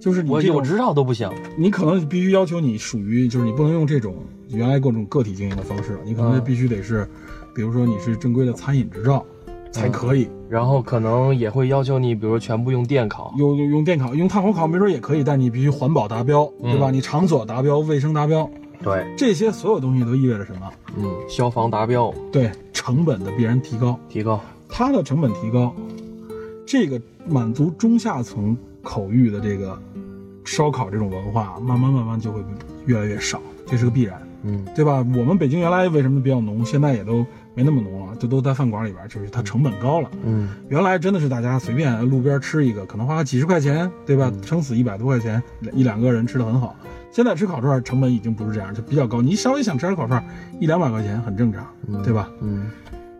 就是你我这有种，执照都不行。你可能必须要求你属于，就是你不能用这种原来各种个体经营的方式了，你可能嗯必须得是，比如说你是正规的餐饮执照嗯才可以。然后可能也会要求你，比如说全部用电烤。用用用电烤、用炭火烤没准也可以，但你必须环保达标，对吧？你场所达标、卫生达标，对，这些所有东西都意味着什么？嗯，消防达标对成本的必然提高，提高，它的成本提高，这个满足中下层口欲的这个烧烤这种文化，慢慢慢慢就会越来越少，这是个必然，嗯，对吧？我们北京原来为什么比较浓，现在也都没那么浓了，就都在饭馆里边，就是它成本高了。嗯，原来真的是大家随便路边吃一个，可能花几十块钱，对吧？嗯撑死一百多块钱，一两个人吃的很好。现在吃烤串成本已经不是这样，就比较高。你稍微想吃点烤串，一两百块钱很正常，对吧？嗯，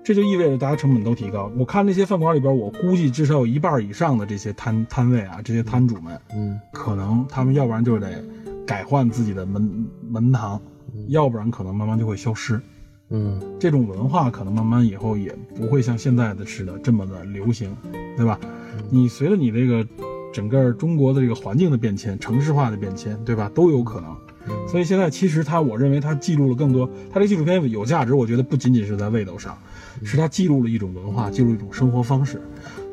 这就意味着大家成本都提高。我看那些饭馆里边，我估计至少有一半以上的这些摊摊位啊，这些摊主们，嗯，可能他们要不然就得改换自己的门门堂，要不然可能慢慢就会消失。嗯，这种文化可能慢慢以后也不会像现在的似的这么的流行，对吧？嗯你随着你这个整个中国的这个环境的变迁、城市化的变迁，对吧？都有可能。嗯所以现在其实它，我认为它记录了更多，它这纪录片有价值，我觉得不仅仅是在味道上，是它记录了一种文化，记录一种生活方式。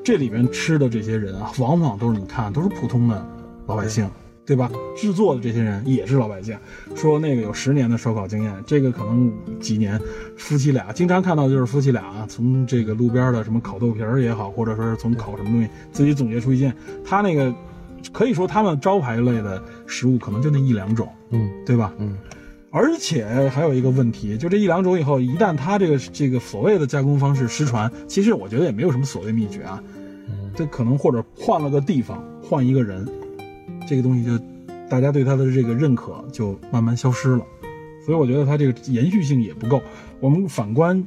这里面吃的这些人啊，往往都是你看都是普通的老百姓，对吧？制作的这些人也是老百姓，说那个有十年的烧烤经验，这个可能几年，夫妻俩经常看到就是夫妻俩啊，从这个路边的什么烤豆皮儿也好，或者说是从烤什么东西自己总结出一件，他那个可以说他们招牌类的食物可能就那一两种，嗯，对吧？嗯。而且还有一个问题，就这一两种以后，一旦它这个这个所谓的加工方式失传，其实我觉得也没有什么所谓秘诀啊，这可能或者换了个地方，换一个人，这个东西就大家对它的这个认可就慢慢消失了。所以我觉得它这个延续性也不够。我们反观，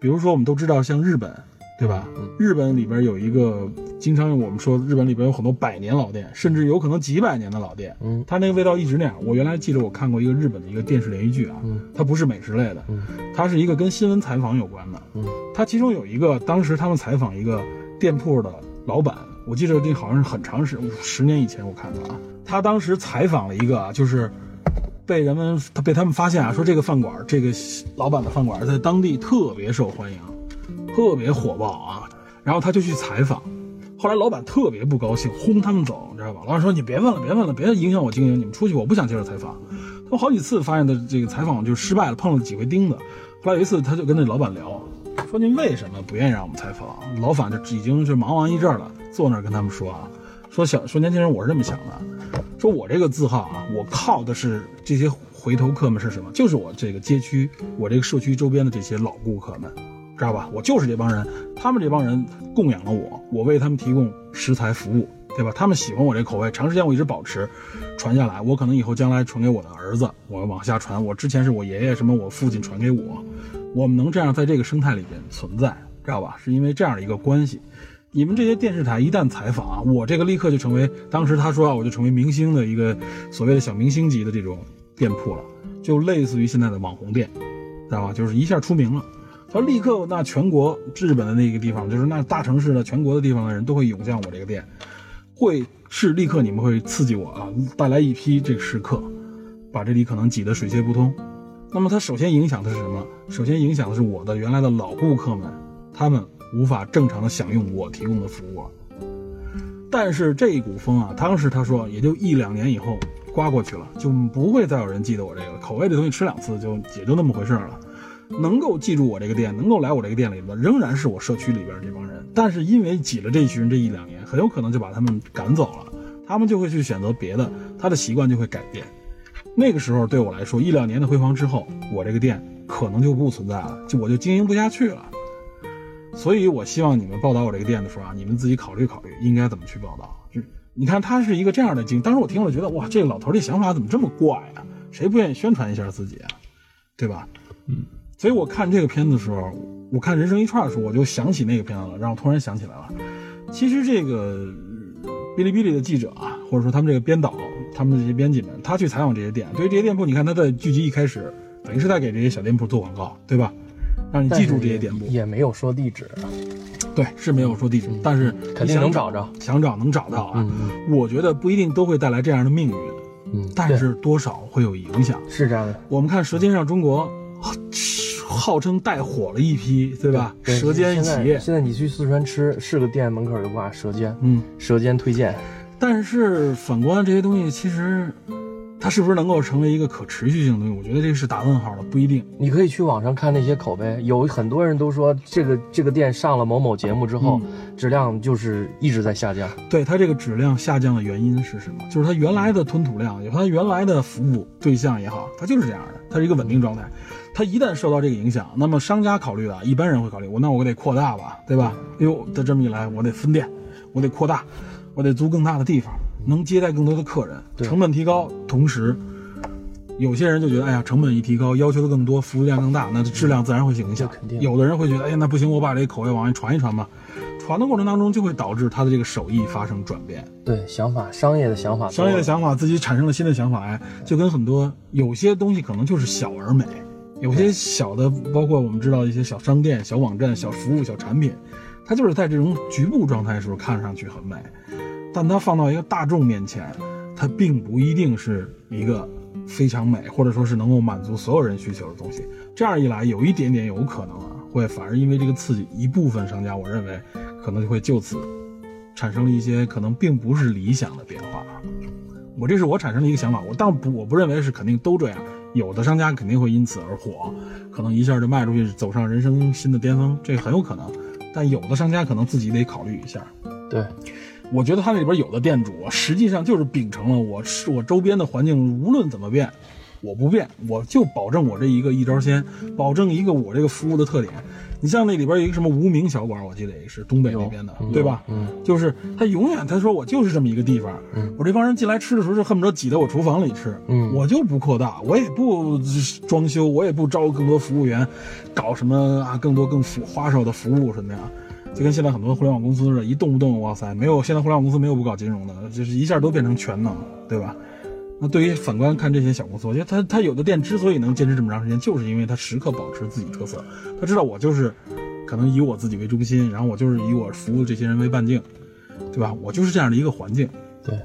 比如说我们都知道像日本，对吧？日本里边有一个经常用我们说日本里边有很多百年老店，甚至有可能几百年的老店，嗯，它那个味道一直那样。我原来记得我看过一个日本的一个电视连续剧啊，嗯它不是美食类的，嗯它是一个跟新闻采访有关的，嗯，它其中有一个当时他们采访一个店铺的老板，我记得这好像是很长时十年以前我看的啊，他当时采访了一个啊，就是。被人们他被他们发现啊，说这个饭馆这个老板的饭馆在当地特别受欢迎，特别火爆啊。然后他就去采访，后来老板特别不高兴，轰他们走，你知道吧？老板说：“你别问了，别问了，别影响我经营，你们出去，我不想接受采访。”他们好几次发现的这个采访就失败了，碰了几回钉子。后来有一次，他就跟那老板聊，说：“您为什么不愿意让我们采访？”老板就已经就忙完一阵儿了，坐那儿跟他们说啊，说小说年轻人，我是这么想的，说我这个字号啊，我靠的是这些回头客们是什么？就是我这个街区，我这个社区周边的这些老顾客们。知道吧？我就是这帮人，他们这帮人供养了我，我为他们提供食材服务，对吧？他们喜欢我这口味，长时间我一直保持，传下来，我可能以后将来传给我的儿子，我往下传。我之前是我爷爷什么，我父亲传给我，我们能这样在这个生态里边存在，知道吧？是因为这样的一个关系。你们这些电视台一旦采访啊，我这个立刻就成为当时他说啊，我就成为明星的一个所谓的小明星级的这种店铺了，就类似于现在的网红店，知道吧？就是一下出名了，他立刻那全国日本的那个地方，就是那大城市的全国的地方的人都会涌向我这个店，会是立刻你们会刺激我啊，带来一批这个食客，把这里可能挤得水泄不通。那么它首先影响的是什么？首先影响的是我的原来的老顾客们，他们无法正常的享用我提供的服务了。但是这一股风啊，当时他说也就一两年以后刮过去了，就不会再有人记得我这个了。口味这东西吃两次就也就那么回事儿了。能够记住我这个店，能够来我这个店里的，仍然是我社区里边这帮人。但是因为挤了这一群人这一两年，很有可能就把他们赶走了，他们就会去选择别的，他的习惯就会改变。那个时候对我来说，一两年的辉煌之后，我这个店可能就不存在了，就我就经营不下去了。所以我希望你们报道我这个店的时候啊，你们自己考虑考虑应该怎么去报道。就你看他是一个这样的经，当时我听了觉得哇，这个老头儿这想法怎么这么怪啊？谁不愿意宣传一下自己啊？对吧？嗯，所以我看这个片子的时候，我看《人生一串》的时候，我就想起那个片子了，让我突然想起来了。其实这个呃哔哩哔哩的记者啊，或者说他们这个编导，他们的这些编辑们，他去采访这些店，对于这些店铺，你看他在剧集一开始，等于是在给这些小店铺做广告，对吧？让你记住这些店铺，也没有说地址，啊对，是没有说地址，但是嗯肯定想能找着，想找能找到啊。嗯我觉得不一定都会带来这样的命运，嗯，但对是多少会有影响。是这样的，我们看《舌尖上中国》号，号称带火了一批，对吧？对舌尖现在企业，现在你去四川吃，是个店门口就挂舌尖，嗯，舌尖推荐，但是反观这些东西，其实它是不是能够成为一个可持续性的东西？我觉得这个是打问号的，不一定。你可以去网上看那些口碑，有很多人都说这个这个店上了某某节目之后，质量就是一直在下降。对它这个质量下降的原因是什么？就是它原来的吞吐量，有它原来的服务对象也好，它就是这样的，它是一个稳定状态。它一旦受到这个影响，那么商家考虑的，一般人会考虑，我那我得扩大吧，对吧？哎呦，它这么一来，我得分店，我得扩大，我得租更大的地方，能接待更多的客人，对成本提高，同时。有些人就觉得，哎呀，成本一提高，要求的更多，服务量更大，那质量自然会受影这响。肯定有的人会觉得，哎呀，那不行，我把这口味往外传一传吧。传的过程当中，就会导致他的这个手艺发生转变，对，想法商业的想法多了，商业的想法，自己产生了新的想法，哎，就跟很多有些东西可能就是小而美，有些小的，包括我们知道一些小商店、小网站、小服务、小产品，它就是在这种局部状态的时候看上去很美，但它放到一个大众面前，它并不一定是一个非常美，或者说是能够满足所有人需求的东西。这样一来，有一点点有可能啊，会反而因为这个刺激，一部分商家，我认为可能就会就此产生了一些可能并不是理想的变化啊。我这是我产生的一个想法，我但不我不认为是肯定都这样，有的商家肯定会因此而火，可能一下就卖出去，走上人生新的巅峰，这很有可能。但有的商家可能自己得考虑一下。对，我觉得他那里边有的店主啊实际上就是秉承了我是我周边的环境无论怎么变，我不变，我就保证我这一个一招鲜，保证一个我这个服务的特点。你像那里边有一个什么无名小馆，我记得也是东北那边的，对吧？嗯，就是他永远他说我就是这么一个地方，嗯我这帮人进来吃的时候就恨不得挤到我厨房里吃，嗯我就不扩大，我也不装修，我也不招更多服务员，搞什么啊更多更服花哨的服务什么呀。就跟现在很多互联网公司似的，一动不动，哇塞，没有现在互联网公司没有不搞金融的，就是一下都变成全能，对吧？那对于反观看这些小公司，我觉得他他有的店之所以能坚持这么长时间，就是因为他时刻保持自己特色，他知道我就是可能以我自己为中心，然后我就是以我服务这些人为半径，对吧？我就是这样的一个环境。对，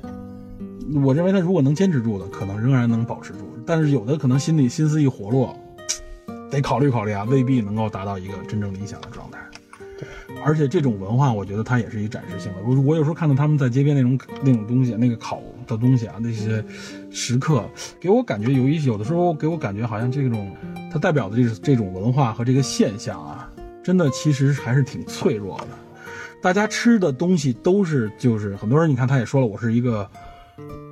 我认为他如果能坚持住的，可能仍然能保持住，但是有的可能心里心思一活络，得考虑考虑啊，未必能够达到一个真正理想的状态。而且这种文化，我觉得它也是一展示性的。我我有时候看到他们在街边那种那种东西，那个烤的东西啊，那些食客，给我感觉有一有的时候给我感觉好像这种它代表的这这种文化和这个现象啊，真的其实还是挺脆弱的。大家吃的东西都是就是很多人，你看他也说了，我是一个，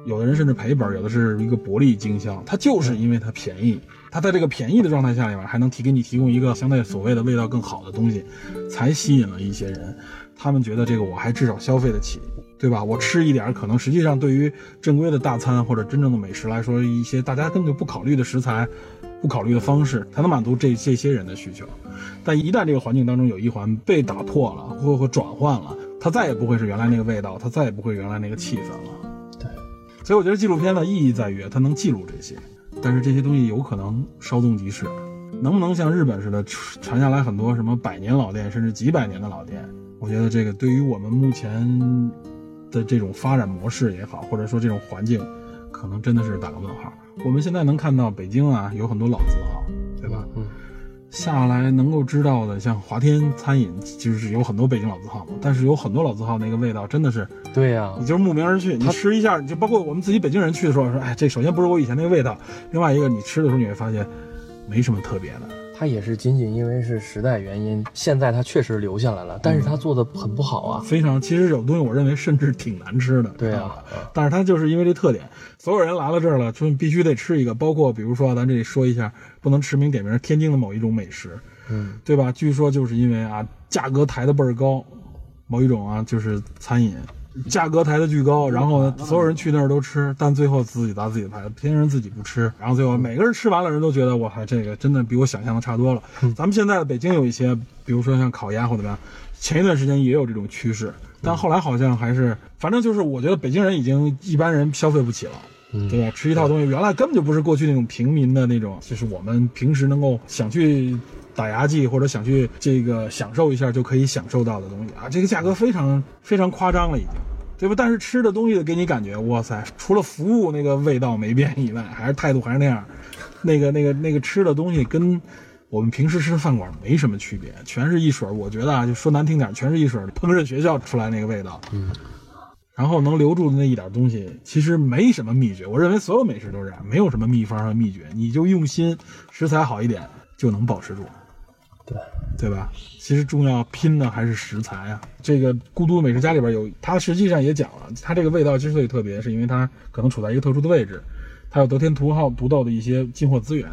有的人甚至赔本，有的是一个薄利经销，它就是因为它便宜，它在这个便宜的状态下里面，还能提给你提供一个相对所谓的味道更好的东西，才吸引了一些人，他们觉得这个我还至少消费得起，对吧？我吃一点儿，可能实际上对于正规的大餐或者真正的美食来说，一些大家根本就不考虑的食材，不考虑的方式，才能满足这这些人的需求。但一旦这个环境当中有一环被打破了，或或转换了，它再也不会是原来那个味道，它再也不会原来那个气氛了。对，所以我觉得纪录片的意义在于它能记录这些，但是这些东西有可能稍纵即逝。能不能像日本似的传下来很多什么百年老店，甚至几百年的老店？我觉得这个对于我们目前的这种发展模式也好，或者说这种环境，可能真的是打个问号。我们现在能看到北京啊，有很多老字号，对吧？嗯，下来能够知道的，像华天餐饮，就是有很多北京老字号嘛，但是有很多老字号那个味道真的是，对啊呀、你就是慕名而去，你吃一下，就包括我们自己北京人去的时候说，哎，这首先不是我以前那个味道，另外一个你吃的时候你会发现没什么特别的。它也是仅仅因为是时代原因，现在它确实留下来了，但是它做的很不好啊。非常，其实有东西我认为甚至挺难吃的，对知啊道吧但是它就是因为这特点，所有人来了这儿了，就必须得吃一个。包括比如说啊，咱这里说一下，不能驰名点名天津的某一种美食，嗯，对吧？据说就是因为啊，价格抬得倍儿高，某一种啊就是餐饮。价格抬得巨高，然后呢，所有人去那儿都吃，但最后自己砸自己的牌子，偏人自己不吃，然后最后每个人吃完了，人都觉得哇，这个真的比我想象的差多了。咱们现在的北京有一些，比如说像烤鸭或怎么样，前一段时间也有这种趋势，但后来好像还是，反正就是我觉得北京人已经一般人消费不起了。对吧？吃一套东西，原来根本就不是过去那种平民的那种，就是我们平时能够想去打牙祭或者想去这个享受一下就可以享受到的东西啊，这个价格非常非常夸张了，已经，对吧？但是吃的东西给你感觉，哇塞，除了服务那个味道没变以外，还是态度还是那样，那个那个那个吃的东西跟。我们平时吃的饭馆没什么区别，全是一水儿。我觉得啊，就说难听点儿，全是一水儿烹饪学校出来那个味道。然后能留住的那一点东西，其实没什么秘诀。我认为所有美食都是这样，没有什么秘方和秘诀，你就用心，食材好一点就能保持住。对，对吧？其实重要拼的还是食材啊。这个《孤独美食家》里边有，它实际上也讲了，它这个味道之所以特别，是因为它可能处在一个特殊的位置，它有得天独厚独到的一些进货资源。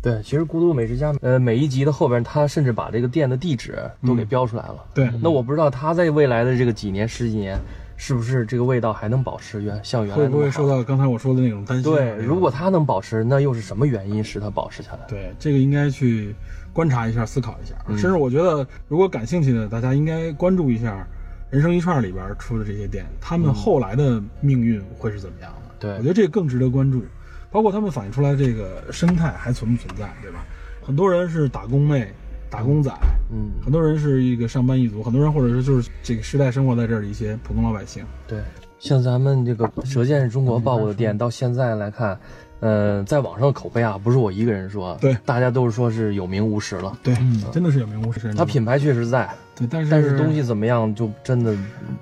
对，其实《孤独美食家》呃每一集的后边，他甚至把这个店的地址都给标出来了。嗯对，那我不知道他在未来的这个几年、十几年，是不是这个味道还能保持原像原来会那么不好会受到刚才我说的那种担心啊？对，那种如果它能保持，那又是什么原因使它保持下来？对，这个应该去观察一下、思考一下。嗯甚至我觉得，如果感兴趣的，大家应该关注一下《人生一串》里边出的这些店，他们后来的命运会是怎么样的？对我觉得这个更值得关注。包括他们反映出来这个生态还存不存在，对吧？很多人是打工妹、打工仔，嗯，很多人是一个上班一族，很多人或者是就是这个时代生活在这儿的一些普通老百姓。对，像咱们这个《舌尖是中国》报过的嗯店，到现在来看，呃，在网上的口碑啊，不是我一个人说，对大家都是说是有名无实了。对，嗯真的是有名无实。它品牌确实在，对，嗯但是但是东西怎么样，就真的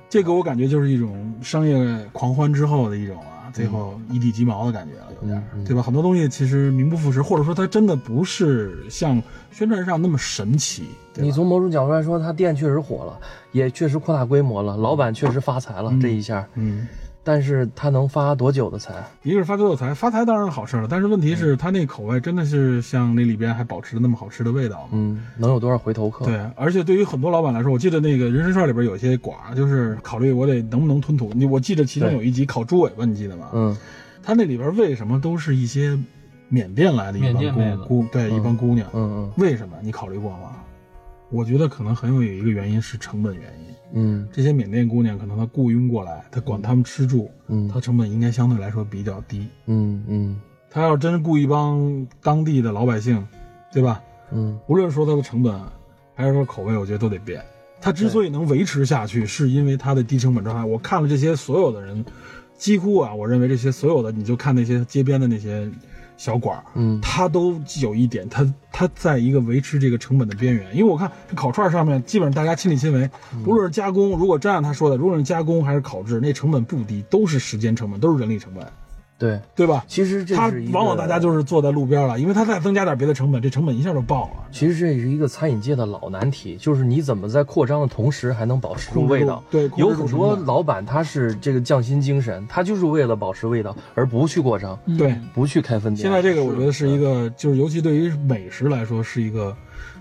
这个我感觉就是一种商业狂欢之后的一种啊，嗯最后一地鸡毛的感觉了，有点儿，对吧？很多东西其实名不副实，或者说它真的不是像宣传上那么神奇，对你吧？从某种角度来说，它店确实火了，也确实扩大规模了，老板确实发财了、这一下，嗯，但是它能发多久的财？一个是发多财，发财当然是好事儿了，但是问题是它那口味真的是像那里边还保持着那么好吃的味道吗？嗯，能有多少回头客？对，而且对于很多老板来说，我记得那个人参串里边有些馆儿，就是考虑我得能不能吞吐。你我记得其中对有一集烤猪尾巴，你记得吗？嗯，它那里边为什么都是一些缅甸来的一帮缅甸妹子姑姑，对，一帮姑娘。嗯为什么？你考虑过吗？我觉得可能很有一个原因是成本原因。嗯这些缅甸姑娘可能她雇佣过来，她管他们吃住，嗯她成本应该相对来说比较低。嗯嗯她要真雇一帮当地的老百姓，对吧？嗯无论说它的成本还是说口味，我觉得都得变。它之所以能维持下去，是因为它的低成本状态。我看了这些所有的人，几乎啊，我认为这些所有的，你就看那些街边的那些小馆儿，嗯它都有一点，它它在一个维持这个成本的边缘。因为我看这烤串上面，基本上大家亲力亲为，嗯无论是加工，如果真按他说的，无论是加工还是烤制，那成本不低，都是时间成本，都是人力成本，对，对吧？其实这他是一往往个大家就是坐在路边了，因为他再增加点别的成本，这成本一下就爆了。其实这是一个餐饮界的老难题，就是你怎么在扩张的同时还能保持住味道。控制住对有控很制住多成本老板他是这个匠心精神，他就是为了保持味道而不去扩张，对，不去开分店。嗯现在这个我觉得是一个，就是尤其对于美食来说是一个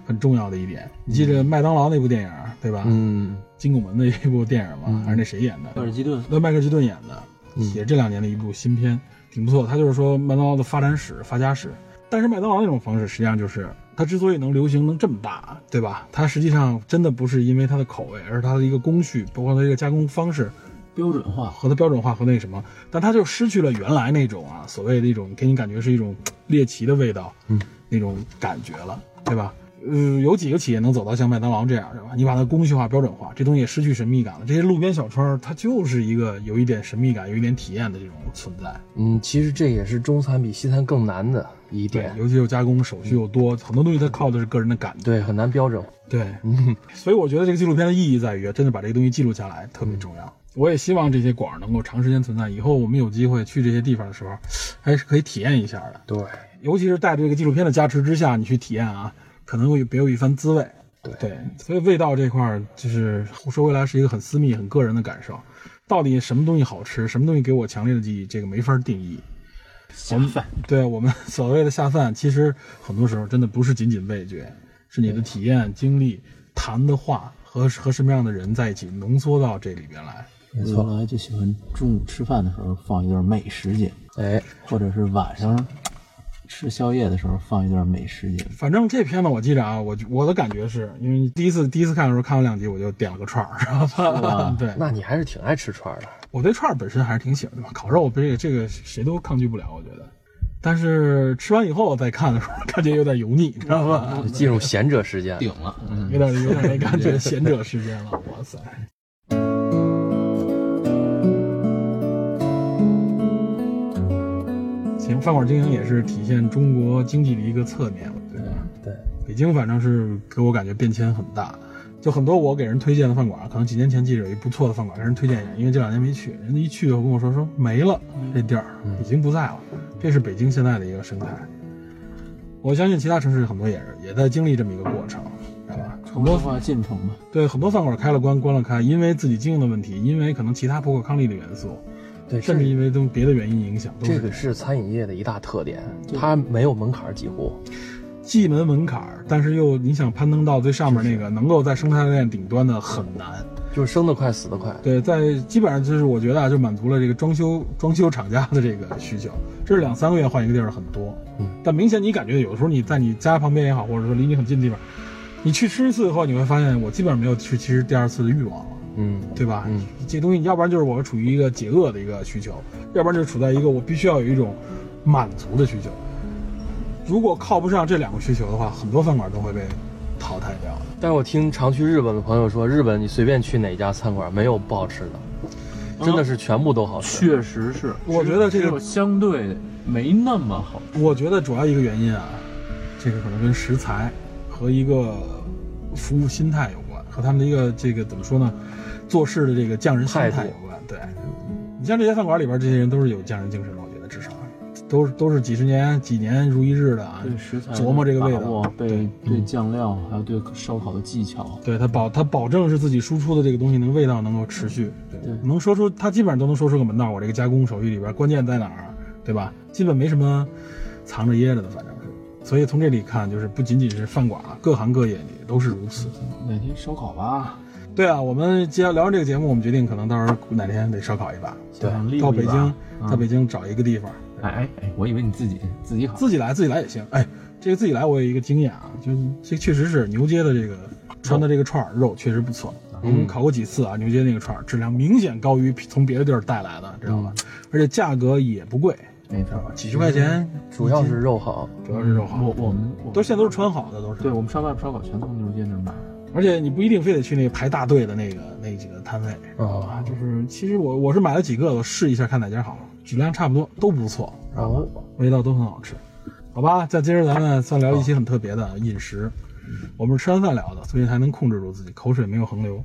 很重要的一点。你记得麦当劳那部电影儿对吧？，嗯，金拱门的一部电影嘛，还是那谁演的？尔基顿那迈克尔基顿嗯演的，也是这两年的一部新片，挺不错。他就是说麦当劳的发展史、发家史。但是麦当劳那种方式，实际上就是它之所以能流行能这么大，对吧？它实际上真的不是因为它的口味，而是它的一个工序，包括它一个加工方式标准化，和它标准化和那什么，但它就失去了原来那种啊所谓的一种给你感觉是一种嘖猎奇的味道，嗯，那种感觉了，对吧？呃，有几个企业能走到像麦当劳这样，对吧？你把它工序化、标准化，这东西也失去神秘感了。这些路边小摊儿，它就是一个有一点神秘感、有一点体验的这种存在。嗯，其实这也是中餐比西餐更难的一对点，，尤其又加工手续又多，很多东西它靠的是个人的感觉。对，很难标准。对，所以我觉得这个纪录片的意义在于，真的把这个东西记录下来特别重要。我也希望这些馆儿能够长时间存在，以后我们有机会去这些地方的时候，还是可以体验一下的。对，尤其是带着这个纪录片的加持之下，你去体验啊，可能会别有一番滋味。对所以味道这块儿就是说回来是一个很私密、很个人的感受，到底什么东西好吃，什么东西给我强烈的记忆，这个没法定义。下饭。对我们 所谓的下饭，其实很多时候真的不是仅仅味觉，是你的体验、经历、谈的话和和什么样的人在一起浓缩到这里边来。我原来就喜欢中午吃饭的时候放一段美食节目，哎，或者是晚上吃宵夜的时候放一段美食节目。反正这片子我记着啊，我就我的感觉是因为第一次第一次看的时候看完两集我就点了个串儿，知 道吧？对，那你还是挺爱吃串儿的。我对串儿本身还是挺喜欢的嘛，烤肉我这个这个谁都抗拒不了，我觉得。但是吃完以后再看的时候，感觉有点油腻，知道吧？就进入贤者时间，顶了，有点有点那感觉，贤者时间了，哇塞！行，饭馆经营也是体现中国经济的一个侧面，对吧？对，北京反正是给我感觉变迁很大，就很多我给人推荐的饭馆，可能几年前记着有一不错的饭馆，跟人推荐一下，因为这两年没去，人家一去就跟我说说没了，这地儿已经不在了，这是北京现在的一个生态。我相信其他城市很多也是也在经历这么一个过程，对吧？城市化进程嘛，对，很多饭馆开了关，关了开，因为自己经营的问题，因为可能其他不可抗力的元素，对，甚至因为都别的原因影响，都这是个是餐饮业的一大特点，它没有门槛儿，几乎既门门槛儿，但是又你想攀登到最上面那个能够在生态链顶端的很难。就是生得快，死得快。对，在基本上就是我觉得啊，就满足了这个装修装修厂家的这个需求，这是两三个月换一个地儿很多。嗯，但明显你感觉有的时候你在你家旁边也好，或者说离你很近的地方，你去吃一次以后，你会发现我基本上没有去其实第二次的欲望了。嗯，对吧？嗯，这东西要不然就是我处于一个解饿的一个需求，要不然就处在一个我必须要有一种满足的需求。如果靠不上这两个需求的话，很多饭馆都会被淘汰掉的。但是我听常去日本的朋友说，日本你随便去哪家餐馆，没有不好吃的，真的是全部都好吃。确实是。我觉得这个只有相对没那么好，我觉得主要一个原因啊，这个可能跟食材和一个服务心态有关，和他们的一个这个怎么说呢，做事的这个匠人心态态度有关。对，你像这些饭馆里边这些人都是有匠人精神的，我觉得至少都是都是几十年几年如一日的啊，对食材的琢磨这个味把道握，对对嗯酱料，还有对烧烤的技巧，对他保他保证是自己输出的这个东西能味道能够持续，对对能说出他基本上都能说出个门道。我这个加工手续里边关键在哪儿，对吧？基本没什么藏着掖着的，反正是。所以从这里看，就是不仅仅是饭馆啊，各行各业里都是如此。哪天烧烤吧，对啊，我们接聊完这个节目，我们决定可能到时候哪天得烧烤一嗯把，对到北京，到北京找一个地方，哎哎哎，我以为你自己自己好，自己来，自己来也行。哎，这个自己来，我有一个经验啊，就是这确实是牛街的这个穿的这个串儿肉确实不错，我们烤过几次啊，牛街那个串儿质量明显高于从别的地儿带来的，知道吧？而且价格也不贵，啊没错，几十块钱，主要是肉好，主要是肉我好，我们我们都现在都是穿好的，都是。对我们上外边烧烤全从牛街那儿买，而且你不一定非得去那个排大队的那个那几个摊位，知道嗯吧？就是其实我我是买了几个，我试一下看哪家好，质量差不多，都不错。然后味道都很好吃。好吧，那今儿咱们算聊一期很特别的饮食，我们是吃完饭聊的，所以还能控制住自己，口水没有横流。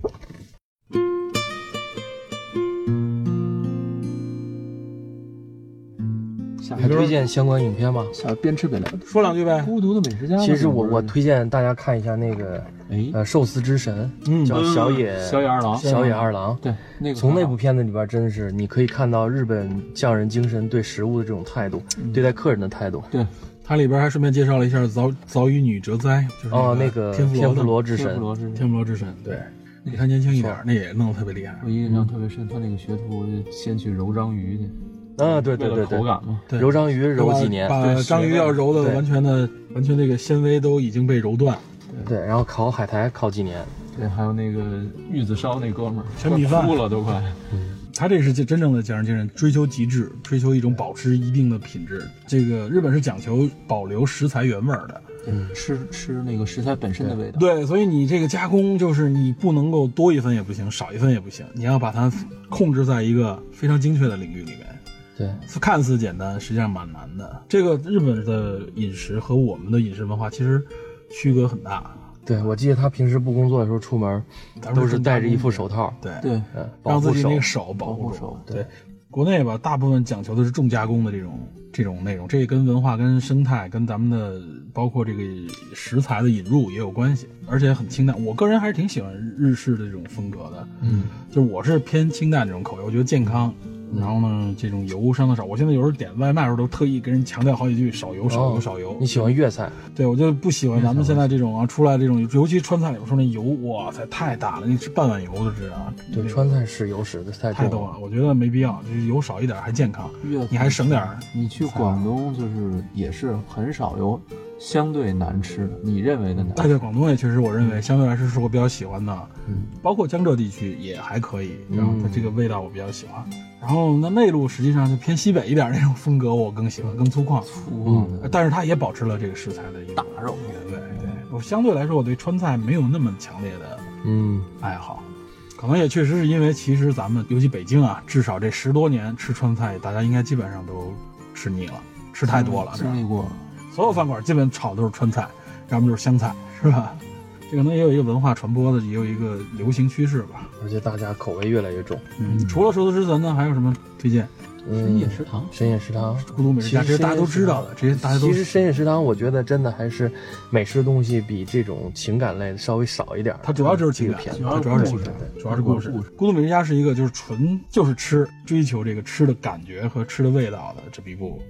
下还推荐相关影片吗？下边吃边聊，说两句呗，孤独的美食家嘛。其实我这我不推荐大家看一下那个是哎，呃《寿司之神嗯》，叫小野小野二郎，小野二郎。对那个从那很好部片子里边，真是你可以看到日本匠人精神对食物的这种态度，对待客人的态度。对它里边还顺便介绍了一下早早羽女哲哉，就是哦，那个天天妇妇罗罗之天妇神，罗之的神，天妇罗之神，对，比他年轻一点儿，那也弄得特别厉害我。印象特别深，他那个学徒先去揉章鱼去，啊，对对为对了口对，感嘛。对揉章鱼揉几年，把把章鱼要揉的对完全的完全那个纤维都已经被揉断，对，然后烤海苔烤几年，对，还有那个玉子烧那哥们儿，全米饭快哭了都快。他这是真正的匠人精神，追求极致，追求一种保持一定的品质。这个日本是讲求保留食材原味儿的，吃吃那个食材本身的味道。对，所以你这个加工就是你不能够多一分也不行，少一分也不行，你要把它控制在一个非常精确的领域里面。对，看似简单，实际上蛮难的。这个日本的饮食和我们的饮食文化其实区隔很大，对，我记得他平时不工作的时候出门，咱们都是正戴着常一副手套，对对，嗯，保让自护己手那个。手保护保护手手。对，国内吧，大部分讲求的是重加工的这种这种内容，这跟文化、跟生态、跟咱们的包括这个食材的引入也有关系，而且很清淡。我个人还是挺喜欢日式的这种风格的，嗯，就是我是偏清淡这种口味，我觉得健康。然后呢，这种油伤的少。我现在有时候点外卖的时候都特意跟人强调好几句少油、少油、哦少油。你喜欢粤菜？对，我就不喜欢咱们现在这种啊，出来这种，尤其川菜里边说那油，哇塞，太大了，那是半碗油都是啊。对，那川菜是有屎的太太重多了，我觉得没必要，就是油少一点还健康，越你还省点儿。你去广东就是也是很少有相对难吃的，你认为的难哎，吃。对，广东也确实，我认为相对来说是我比较喜欢的，包括江浙地区也还可以，然后它这个味道我比较喜欢。然后那内陆实际上就偏西北一点那种风格，我更喜欢，更粗犷，嗯嗯，但是它也保持了这个食材的一大肉原味。对我相对来说，我对川菜没有那么强烈的嗯，爱好。可能也确实是因为，其实咱们尤其北京啊，至少这十多年吃川菜，大家应该基本上都吃腻了，嗯吃太多了。经历过了。所有饭馆基本炒的都是川菜，要么就是湘菜，是吧？这可能也有一个文化传播的，也有一个流行趋势吧。而且大家口味越来越重。嗯，除了寿司之神呢，还有什么推荐？深夜食堂嗯深夜食堂，孤独美食家，这其实些大家都知道的，这些大家都其实深夜食堂，我觉得真的还是美食的东西比这种情感类的稍微少一点儿。它主要就是情感这个，片它主要是情故事感，主要是故事故事。孤独美食家是一个就是纯就是吃，追求这个吃的感觉和吃的味道的这么一部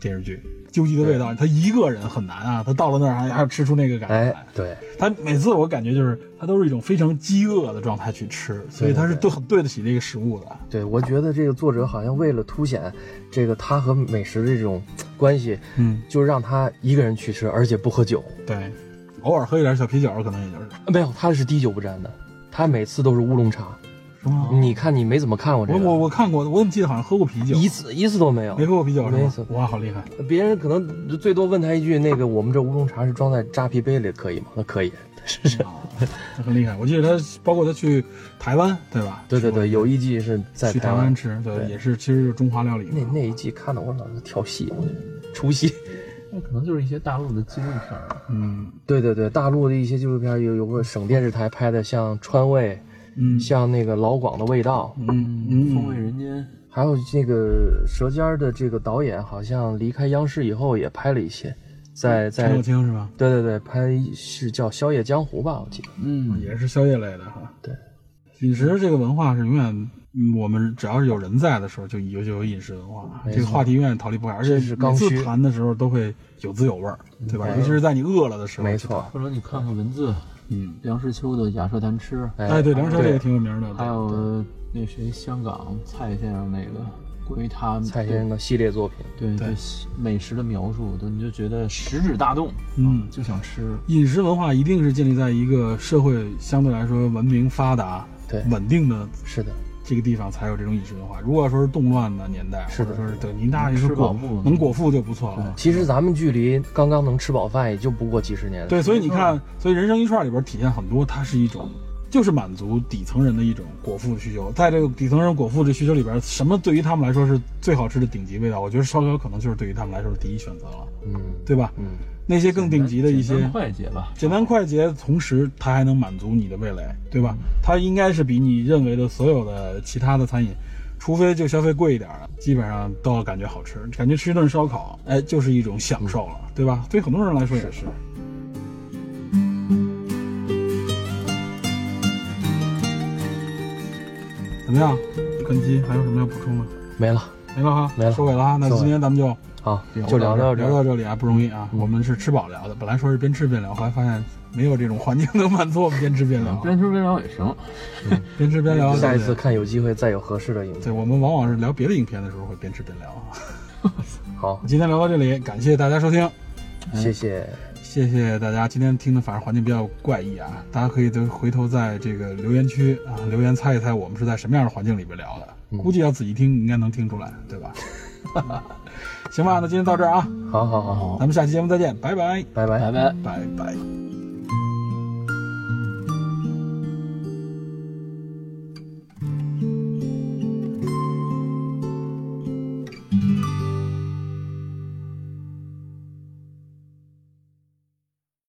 电视剧。究极的味道，他一个人很难啊，他到了那儿还还要吃出那个感觉来。哎，对，他每次我感觉就是他都是一种非常饥饿的状态去吃，所以他是对很对得起这个食物的。对，我觉得这个作者好像为了凸显这个他和美食的这种关系，嗯，就让他一个人去吃，而且不喝酒。对，偶尔喝一点小啤酒可能也就是没有，他是滴酒不沾的，他每次都是乌龙茶。是吗？你看你没怎么看我这哦我个，我我看过，我怎么记得好像喝过啤酒？一次一次都没有没。喝过啤酒是没吗次？哇，好厉害！别人可能最多问他一句，那个我们这乌龙茶是装在扎啤杯里，可以吗？那可以。他哦很厉害。我记得他包括他去台湾，对吧？对对对，去有一季是在去台湾湾吃，对，对也是其实就是中华料理嘛。那那一季看的我老是跳戏，我出戏。那可能就是一些大陆的纪录片儿啊，嗯对对对，大陆的一些纪录片有有个省电视台拍的，像川味，嗯像那个老广的味道，嗯《风味嗯，人间》还有这个《舌尖》的这个导演，好像离开央视以后也拍了一些，在陈在友清是吧？对对对，拍是叫《宵夜江湖》吧，我记得。嗯，也是宵夜类的哈。对，饮食这个文化是永远，嗯我们只要是有人在的时候，就有就有饮食文化，没错这个话题永远逃离不开，而且这是每刚次需谈的时候都会有滋有味儿，对吧？嗯尤其是在你饿了的时候，没，错，或者你看看文字，嗯，梁实秋的《雅舍谈吃》，哎，对，梁山这个挺有名的，还有那谁香港蔡先生那个关于他们蔡先生的系列作品，对对对对美食的描述，都你就觉得食指大动，嗯就想吃。饮食文化一定是建立在一个社会相对来说文明发达、对稳定的是的，这个地方才有这种饮食文化。如果要说是动乱的年代，是的或者说是对您大爷是吃果饱不能果腹就不错了。其实咱们距离刚刚能吃饱饭也就不过几十年。对，所以你看，所以人生一串里边体现很多，它是一种。就是满足底层人的一种果腹需求，在这个底层人果腹这需求里边，什么对于他们来说是最好吃的顶级味道？我觉得烧烤可能就是对于他们来说是第一选择了，嗯对吧？嗯，那些更顶级的一些简单快捷吧，简单快捷，同时它还能满足你的味蕾，对吧？它应该是比你认为的所有的其他的餐饮，除非就消费贵一点儿，基本上都要感觉好吃，感觉吃一顿烧烤，哎，就是一种享受了，对吧？对很多人来说也嗯是。怎么样？本期还有什么要补充的？没了。没了哈，没了收尾了哈。那收尾今天咱们就好，就聊到这聊儿。嗯到这里啊，不容易啊！我们是吃饱聊的，本来说是边吃边聊，后来发现没有这种环境 能满足我们边吃边聊，边吃边聊也行。边吃边聊。嗯下一对次看有机会再有合适的影对，子。我们往往是聊别的影片的时候会边吃边聊啊。好，今天聊到这里，感谢大家收听，谢谢。谢谢大家。今天听的反正环境比较怪异啊，大家可以都回头在这个留言区啊留言猜一猜我们是在什么样的环境里边聊嗯的，估计要仔细听应该能听出来，对吧？ 嗯行吧，那今天到这儿啊，好好好好，咱们下期节目再见，拜拜，嗯拜拜。拜拜。拜拜。